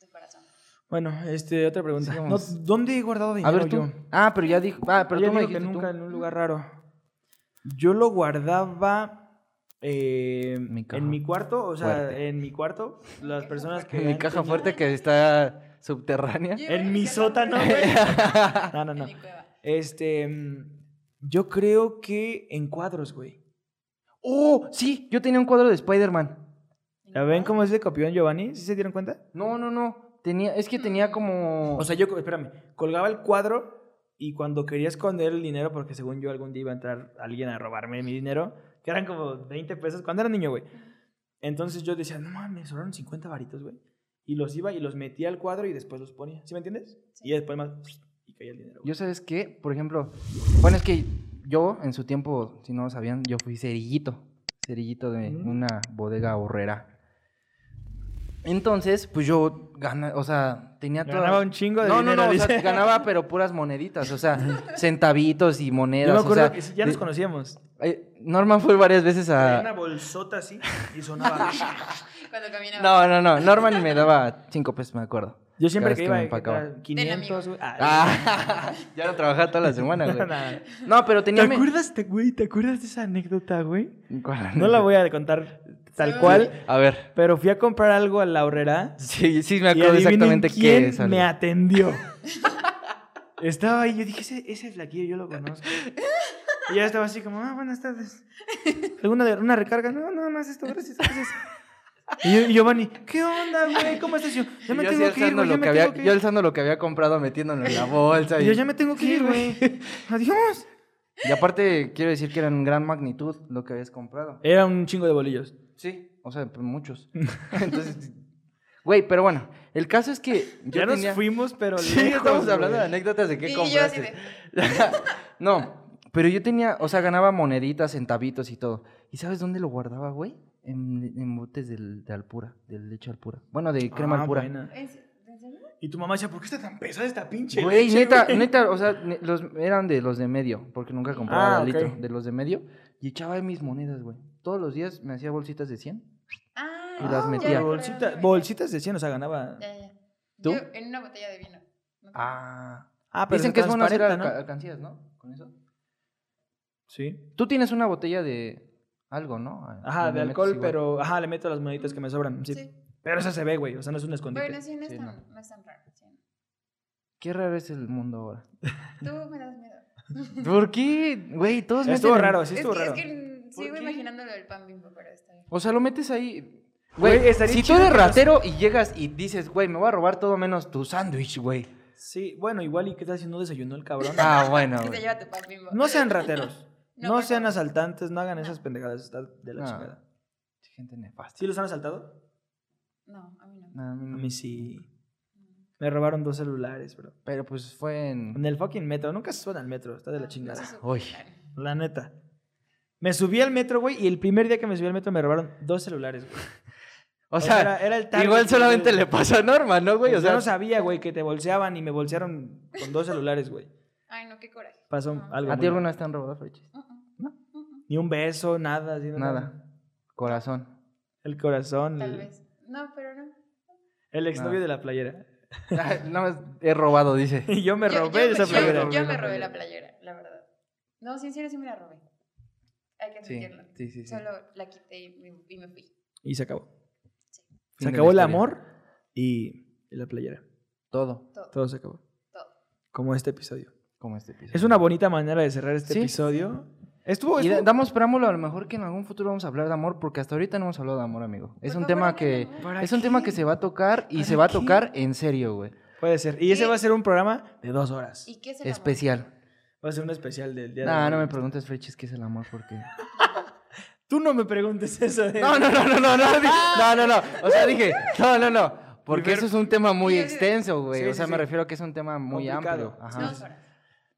[SPEAKER 4] de corazón.
[SPEAKER 1] ¿Eh? Bueno, este, otra pregunta. No,
[SPEAKER 2] Sigamos.
[SPEAKER 1] ¿Dónde he guardado dinero
[SPEAKER 2] A ver tú.
[SPEAKER 1] yo?
[SPEAKER 2] Ah, pero ya dijo. Ah, pero
[SPEAKER 1] Ella
[SPEAKER 2] tú me
[SPEAKER 1] dijo
[SPEAKER 2] dijiste
[SPEAKER 1] que nunca
[SPEAKER 2] tú.
[SPEAKER 1] en un lugar raro. Yo lo guardaba eh,
[SPEAKER 2] Mi caja.
[SPEAKER 1] en mi cuarto, o sea,
[SPEAKER 2] Fuerte.
[SPEAKER 1] en mi cuarto, las personas que...
[SPEAKER 2] Mi
[SPEAKER 1] han
[SPEAKER 2] caja
[SPEAKER 1] tenido-
[SPEAKER 2] fuerte que está subterránea.
[SPEAKER 4] Yo
[SPEAKER 1] En
[SPEAKER 4] iba
[SPEAKER 1] mi
[SPEAKER 4] casa
[SPEAKER 1] sótano,
[SPEAKER 4] por-
[SPEAKER 1] güey. No, no,
[SPEAKER 4] En
[SPEAKER 1] no.
[SPEAKER 4] mi cueva.
[SPEAKER 1] Este, mm, yo creo que en cuadros, güey.
[SPEAKER 2] Oh, sí, yo tenía un cuadro de Spider-Man.
[SPEAKER 1] ¿La ven cómo es de copión Giovanni? ¿Sí se dieron cuenta?
[SPEAKER 2] No, no, no. Tenía, es que tenía como.
[SPEAKER 1] O sea, yo, espérame, colgaba el cuadro y cuando quería esconder el dinero, porque según yo algún día iba a entrar alguien a robarme mi dinero, que eran como 20 pesos, cuando era niño, güey. Entonces yo decía, no mames, sobraron 50 varitos, güey. Y los iba y los metía al cuadro y después los ponía, ¿sí me entiendes?
[SPEAKER 4] Sí.
[SPEAKER 1] Y después más, y caía el dinero. güey.
[SPEAKER 2] Yo sabes qué, por ejemplo, bueno, es que yo en su tiempo, si no lo sabían, yo fui cerillito, cerillito de
[SPEAKER 1] Ujú.
[SPEAKER 2] una bodega horrera. Entonces, pues yo ganaba, o sea, tenía toda...
[SPEAKER 1] Ganaba un chingo de
[SPEAKER 2] no,
[SPEAKER 1] dinero,
[SPEAKER 2] no, no, o sea,
[SPEAKER 1] dice.
[SPEAKER 2] ganaba pero puras moneditas, o sea, centavitos y monedas.
[SPEAKER 1] Yo me
[SPEAKER 2] o
[SPEAKER 1] acuerdo
[SPEAKER 2] sea,
[SPEAKER 1] que sí, ya
[SPEAKER 2] de- Ah.
[SPEAKER 1] nos conocíamos.
[SPEAKER 2] eh, Norman fue varias veces
[SPEAKER 1] Traía
[SPEAKER 2] a...
[SPEAKER 1] una bolsota así y sonaba.
[SPEAKER 4] Cuando caminaba.
[SPEAKER 2] No, no, no, Norman me daba cinco pesos, me acuerdo.
[SPEAKER 1] yo siempre
[SPEAKER 2] Cada
[SPEAKER 1] que
[SPEAKER 2] vez que
[SPEAKER 1] iba
[SPEAKER 2] me
[SPEAKER 1] eh,
[SPEAKER 2] empacaba.
[SPEAKER 1] era 500, güey. Ah,
[SPEAKER 2] Ah, ya no trabajaba toda la semana, güey.
[SPEAKER 1] nada.
[SPEAKER 2] No, pero
[SPEAKER 1] ¿Te
[SPEAKER 2] tenía... me-
[SPEAKER 1] acuerdas, te- güey? ¿Te acuerdas de esa anécdota, güey?
[SPEAKER 2] ¿Cuál?
[SPEAKER 1] No la voy a contar tal
[SPEAKER 4] Sí.
[SPEAKER 1] cual,
[SPEAKER 2] A ver.
[SPEAKER 1] pero fui a comprar algo a la horrera.
[SPEAKER 2] Sí, sí, me
[SPEAKER 1] y
[SPEAKER 2] acuerdo
[SPEAKER 1] adivinen
[SPEAKER 2] exactamente
[SPEAKER 1] quién
[SPEAKER 2] qué es.
[SPEAKER 1] me atendió. estaba ahí, yo dije, ese, ese flaquillo yo lo conozco. Y ya estaba así como, ah, buenas tardes. ¿Alguna de- una recarga? No, nada más esto, gracias, gracias. Y yo- y Giovanni, ¿qué onda, güey? ¿Cómo estás? Y Yo, ya me
[SPEAKER 2] yo,
[SPEAKER 1] tengo que ir, güey, ya me tengo que
[SPEAKER 2] yo
[SPEAKER 1] ir.
[SPEAKER 2] alzando lo que había comprado, metiéndolo en la bolsa.
[SPEAKER 1] Y
[SPEAKER 2] Y,
[SPEAKER 1] yo, ya me tengo que ir, güey. Adiós.
[SPEAKER 2] y aparte, quiero decir que eran gran magnitud lo que habías comprado.
[SPEAKER 1] Era un chingo de bolillos.
[SPEAKER 2] Sí, o sea, pues, muchos. Entonces, güey, pero bueno, el caso es que yo
[SPEAKER 1] Ya
[SPEAKER 2] tenía-
[SPEAKER 1] nos fuimos, pero
[SPEAKER 2] Sí,
[SPEAKER 1] lejos,
[SPEAKER 2] estamos
[SPEAKER 1] güey.
[SPEAKER 2] hablando de anécdotas de qué
[SPEAKER 4] Y yo
[SPEAKER 2] compraste.
[SPEAKER 4] así de.
[SPEAKER 2] no, pero yo tenía, o sea, ganaba moneditas, centavitos y todo. ¿Y sabes dónde lo guardaba, güey? En, en botes del- de alpura, del leche alpura. Bueno, de crema
[SPEAKER 1] Ah,
[SPEAKER 2] alpura.
[SPEAKER 1] buena.
[SPEAKER 4] ¿En se- en serio?
[SPEAKER 1] Y tu mamá decía, ¿por qué está tan pesada esta pinche
[SPEAKER 2] Güey,
[SPEAKER 1] leche,
[SPEAKER 2] neta,
[SPEAKER 1] güey?"
[SPEAKER 2] neta, o sea, ne- los, eran de los de medio, porque nunca compraba
[SPEAKER 1] Ah,
[SPEAKER 2] de litro,
[SPEAKER 1] ok.
[SPEAKER 2] de los de medio, y echaba ahí mis monedas, güey. Todos los días me hacía bolsitas de 100.
[SPEAKER 4] Ah,
[SPEAKER 2] Y las
[SPEAKER 4] ya
[SPEAKER 2] metía.
[SPEAKER 4] me acuerdo, ya me
[SPEAKER 1] Bolsita-
[SPEAKER 4] acuerdo.
[SPEAKER 1] bolsitas de 100, o sea, ganaba.
[SPEAKER 4] Ya, ya.
[SPEAKER 2] ¿Tú?
[SPEAKER 4] Eh, Yo en una botella de vino. No
[SPEAKER 2] Ah.
[SPEAKER 1] Ah,
[SPEAKER 2] Dicen que es bueno hacer
[SPEAKER 1] transparente,
[SPEAKER 2] alca-
[SPEAKER 1] ¿no?
[SPEAKER 2] alcancías, ¿no? Con eso.
[SPEAKER 1] Sí.
[SPEAKER 2] Tú tienes una botella de algo, ¿no? Ah,
[SPEAKER 1] Ajá,
[SPEAKER 2] donde
[SPEAKER 1] de
[SPEAKER 2] metes
[SPEAKER 1] alcohol,
[SPEAKER 2] igual.
[SPEAKER 1] pero. Ajá, le meto las moneditas que me sobran. Sí.
[SPEAKER 4] Sí.
[SPEAKER 1] Pero eso se ve, güey. O sea, no es un escondite.
[SPEAKER 4] Bueno, sí, no es,
[SPEAKER 2] Sí,
[SPEAKER 4] tan, no es tan raro. sí.
[SPEAKER 2] Qué raro es el mundo ahora.
[SPEAKER 4] Tú me das miedo.
[SPEAKER 2] ¿Por qué? Güey, todos meten
[SPEAKER 1] estuvo
[SPEAKER 2] en-
[SPEAKER 1] raro, sí
[SPEAKER 4] es,
[SPEAKER 1] estuvo
[SPEAKER 4] que,
[SPEAKER 1] raro.
[SPEAKER 4] es que mm, sigo
[SPEAKER 1] qué?
[SPEAKER 4] imaginando lo del pan bimbo, pero está bien.
[SPEAKER 2] O sea, lo metes ahí.
[SPEAKER 1] Güey,
[SPEAKER 2] Güey,
[SPEAKER 1] estaría
[SPEAKER 2] si tú
[SPEAKER 1] chido
[SPEAKER 2] eres
[SPEAKER 1] que los-
[SPEAKER 2] ratero y llegas y dices, güey, me voy a robar todo menos tu sándwich, güey.
[SPEAKER 1] Sí, bueno, igual, ¿y qué tal si no desayunó el cabrón?
[SPEAKER 2] Ah, bueno.
[SPEAKER 4] Es que
[SPEAKER 2] güey.
[SPEAKER 4] se lleva tu pan bimbo.
[SPEAKER 1] No sean rateros.
[SPEAKER 4] No,
[SPEAKER 1] No,
[SPEAKER 4] por
[SPEAKER 1] sean
[SPEAKER 4] favor.
[SPEAKER 1] asaltantes, no hagan esas pendejadas. Está de la
[SPEAKER 2] No.
[SPEAKER 1] chingada.
[SPEAKER 2] Gente nefasta.
[SPEAKER 1] ¿Sí los han asaltado?
[SPEAKER 4] No, a mí no.
[SPEAKER 2] No, a mí
[SPEAKER 1] A
[SPEAKER 2] no.
[SPEAKER 1] mí sí. Me robaron dos celulares, bro.
[SPEAKER 2] Pero pues fue en.
[SPEAKER 1] En el fucking metro. Nunca se suena al metro. Está de la
[SPEAKER 4] No,
[SPEAKER 1] chingada.
[SPEAKER 4] Ah, no se
[SPEAKER 2] Uy.
[SPEAKER 4] supone.
[SPEAKER 1] La neta. Me subí al metro, güey, y el primer día que me subí al metro me robaron dos celulares, güey.
[SPEAKER 2] O sea,
[SPEAKER 1] era, era el target
[SPEAKER 2] igual
[SPEAKER 1] que-
[SPEAKER 2] solamente le pasa a Norma, ¿no, güey? O
[SPEAKER 1] Pues
[SPEAKER 2] sea,
[SPEAKER 1] yo no sabía, güey, que te bolseaban y me bolsearon con dos celulares, güey.
[SPEAKER 4] Ay, no, qué coraje.
[SPEAKER 1] Pasó
[SPEAKER 4] No.
[SPEAKER 1] algo.
[SPEAKER 2] ¿a
[SPEAKER 1] muy-
[SPEAKER 2] ti alguna vez te han robado fleches?
[SPEAKER 4] Uh, uh,
[SPEAKER 2] No.
[SPEAKER 4] uh, uh.
[SPEAKER 1] Ni un beso, nada. así,
[SPEAKER 2] Nada. Corazón.
[SPEAKER 1] El corazón.
[SPEAKER 4] Tal
[SPEAKER 1] el-
[SPEAKER 4] vez. No, pero no.
[SPEAKER 1] El exnovio
[SPEAKER 2] Nada.
[SPEAKER 1] de la playera.
[SPEAKER 2] no, es- he robado, dice.
[SPEAKER 1] Y yo me
[SPEAKER 4] Yo- yo
[SPEAKER 1] robé esa
[SPEAKER 4] yo-
[SPEAKER 1] playera.
[SPEAKER 4] Yo,
[SPEAKER 2] Robé la
[SPEAKER 4] me robé
[SPEAKER 2] playera.
[SPEAKER 4] la playera, la verdad. No, sincero, sí me la robé. Hay que
[SPEAKER 2] Sí,
[SPEAKER 4] admitirlo.
[SPEAKER 2] sí, sí. sí.
[SPEAKER 4] Solo la quité y me, y me fui.
[SPEAKER 1] Y se acabó.
[SPEAKER 2] Fin
[SPEAKER 1] Se
[SPEAKER 2] de la
[SPEAKER 1] acabó el
[SPEAKER 2] historia.
[SPEAKER 1] amor y y la playera.
[SPEAKER 2] Todo,
[SPEAKER 4] Todo.
[SPEAKER 1] Todo se acabó.
[SPEAKER 4] Todo.
[SPEAKER 1] Como este episodio.
[SPEAKER 2] como este episodio.
[SPEAKER 1] Es una bonita manera de cerrar este
[SPEAKER 2] Sí.
[SPEAKER 1] episodio. Estuvo,
[SPEAKER 4] Pues
[SPEAKER 2] Y da-
[SPEAKER 1] estuvo-
[SPEAKER 2] damos preámbulo a lo mejor que en algún futuro vamos a hablar de amor, porque hasta ahorita no hemos hablado de amor, amigo. Es
[SPEAKER 4] Por
[SPEAKER 2] un
[SPEAKER 4] favor,
[SPEAKER 2] tema
[SPEAKER 4] hablen de
[SPEAKER 2] que...
[SPEAKER 4] amor.
[SPEAKER 1] ¿Para
[SPEAKER 2] Es un tema
[SPEAKER 1] qué?
[SPEAKER 2] que se va a tocar y
[SPEAKER 1] ¿Para
[SPEAKER 2] se va a
[SPEAKER 1] qué?
[SPEAKER 2] tocar en serio, güey.
[SPEAKER 1] Puede ser. Y ese
[SPEAKER 4] ¿Qué?
[SPEAKER 1] va a ser un programa de dos horas.
[SPEAKER 4] ¿Y qué es el amor?
[SPEAKER 2] Especial.
[SPEAKER 1] Va a ser un especial del día
[SPEAKER 2] No,
[SPEAKER 1] de
[SPEAKER 2] no
[SPEAKER 1] hoy.
[SPEAKER 2] me preguntes, Frechis, qué es el amor, porque...
[SPEAKER 1] Tú no me preguntes eso. de-
[SPEAKER 2] No, no, no, no, no, no, di- no, no, no. O sea, dije, no, no, no. Porque
[SPEAKER 1] Primer-
[SPEAKER 2] eso es un tema muy
[SPEAKER 4] Sí, sí, sí.
[SPEAKER 2] extenso, güey.
[SPEAKER 1] Sí,
[SPEAKER 2] o sea,
[SPEAKER 1] sí,
[SPEAKER 2] me
[SPEAKER 1] sí.
[SPEAKER 2] refiero a que es un tema muy
[SPEAKER 1] Complicado.
[SPEAKER 2] amplio. Ajá.
[SPEAKER 4] Dos horas.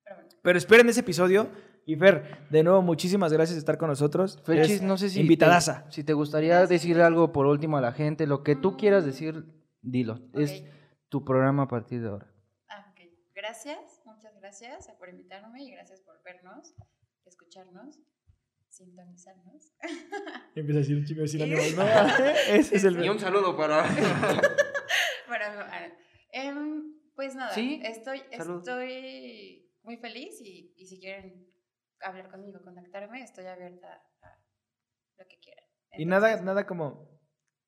[SPEAKER 4] Pero bueno.
[SPEAKER 1] Pero esperen ese episodio. Y Fer, de nuevo, muchísimas gracias de estar con nosotros.
[SPEAKER 2] Ferchis,
[SPEAKER 1] Es
[SPEAKER 2] no sé si.
[SPEAKER 1] Invitadaza.
[SPEAKER 2] te- si te gustaría decir algo por último a la gente, lo que tú quieras decir, dilo. Es
[SPEAKER 4] Ok.
[SPEAKER 2] tu programa a partir de ahora.
[SPEAKER 4] Ah, ok. Gracias, muchas gracias por invitarme y gracias por vernos, escucharnos, sintonizarnos.
[SPEAKER 1] Empieza a decir un chico de
[SPEAKER 4] Sí.
[SPEAKER 1] animal. No, ese es el.
[SPEAKER 2] saludo para.
[SPEAKER 4] Bueno, no, ah, no. Em, pues nada,
[SPEAKER 2] Sí,
[SPEAKER 4] estoy,
[SPEAKER 2] salud.
[SPEAKER 4] estoy muy feliz y, y si quieren hablar conmigo, contactarme, estoy abierta a lo que quieran.
[SPEAKER 1] Y nada,
[SPEAKER 4] Entonces,
[SPEAKER 1] nada como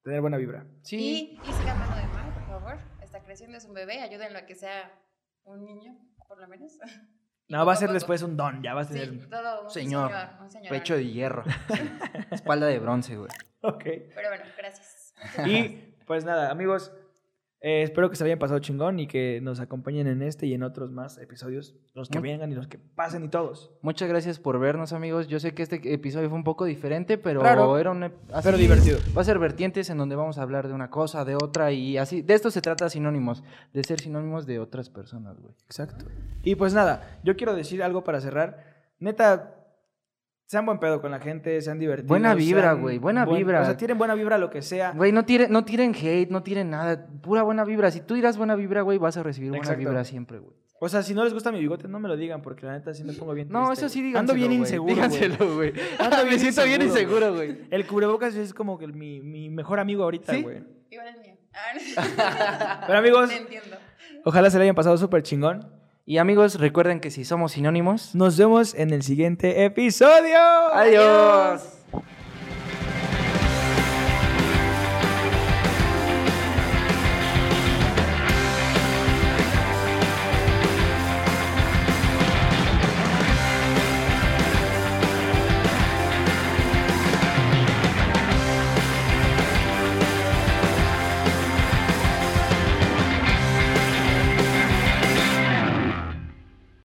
[SPEAKER 1] tener buena vibra.
[SPEAKER 2] Sí.
[SPEAKER 4] Y, y sigan mano de mal, por favor. Está creciendo, es un bebé, ayúdenlo a que sea un niño, por lo menos.
[SPEAKER 1] No, va a ser
[SPEAKER 4] Poco a poco.
[SPEAKER 1] después un don. Ya vas a tener.
[SPEAKER 4] Sí, todo un
[SPEAKER 2] Señor,
[SPEAKER 4] señor, un señor.
[SPEAKER 2] Pecho de hierro. Espalda de bronce, güey.
[SPEAKER 1] Ok.
[SPEAKER 4] Pero bueno, gracias.
[SPEAKER 1] Y pues nada, amigos. eh, espero que se hayan pasado chingón y que nos acompañen en este y en otros más episodios. Los que
[SPEAKER 2] Mu-
[SPEAKER 1] vengan y los que pasen y todos.
[SPEAKER 2] Muchas gracias por vernos, amigos. Yo sé que este episodio fue un poco diferente, pero
[SPEAKER 1] Raro,
[SPEAKER 2] era un ep- así-
[SPEAKER 1] pero divertido.
[SPEAKER 2] Va a ser vertientes en donde vamos a hablar de una cosa, de otra y así. De esto se trata sinónimos, de ser sinónimos de otras personas, güey.
[SPEAKER 1] Exacto. Y pues nada, yo quiero decir algo para cerrar. Neta, sean buen pedo con la gente, sean divertidos.
[SPEAKER 2] Buena vibra,
[SPEAKER 1] sean
[SPEAKER 2] güey, buena vibra.
[SPEAKER 1] O sea, tienen buena vibra lo que sea.
[SPEAKER 2] Ah. Güey, no tiren, no tiren hate, no tiren nada. Pura buena vibra. Si tú dirás buena vibra, güey, vas a recibir buena
[SPEAKER 1] Exacto.
[SPEAKER 2] vibra siempre, güey.
[SPEAKER 1] O sea, si no les gusta mi bigote, no me lo digan, porque la neta sí me pongo bien
[SPEAKER 2] No,
[SPEAKER 1] triste,
[SPEAKER 2] eso sí
[SPEAKER 1] güey.
[SPEAKER 2] díganselo,
[SPEAKER 1] Ando bien
[SPEAKER 2] güey.
[SPEAKER 1] inseguro, güey.
[SPEAKER 2] Díganselo, güey.
[SPEAKER 1] Ando
[SPEAKER 2] Me
[SPEAKER 1] bien
[SPEAKER 2] siento bien
[SPEAKER 1] inseguro,
[SPEAKER 2] inseguro, güey.
[SPEAKER 1] El cubrebocas es como que mi, mi mejor amigo ahorita,
[SPEAKER 2] ¿Sí?
[SPEAKER 1] güey.
[SPEAKER 4] Igual el mío. Ah,
[SPEAKER 1] Pero amigos,
[SPEAKER 4] Te entiendo.
[SPEAKER 1] ojalá se le hayan pasado súper chingón.
[SPEAKER 2] Y amigos, recuerden que si somos sinónimos...
[SPEAKER 1] Nos vemos en el siguiente episodio.
[SPEAKER 2] ¡Adiós!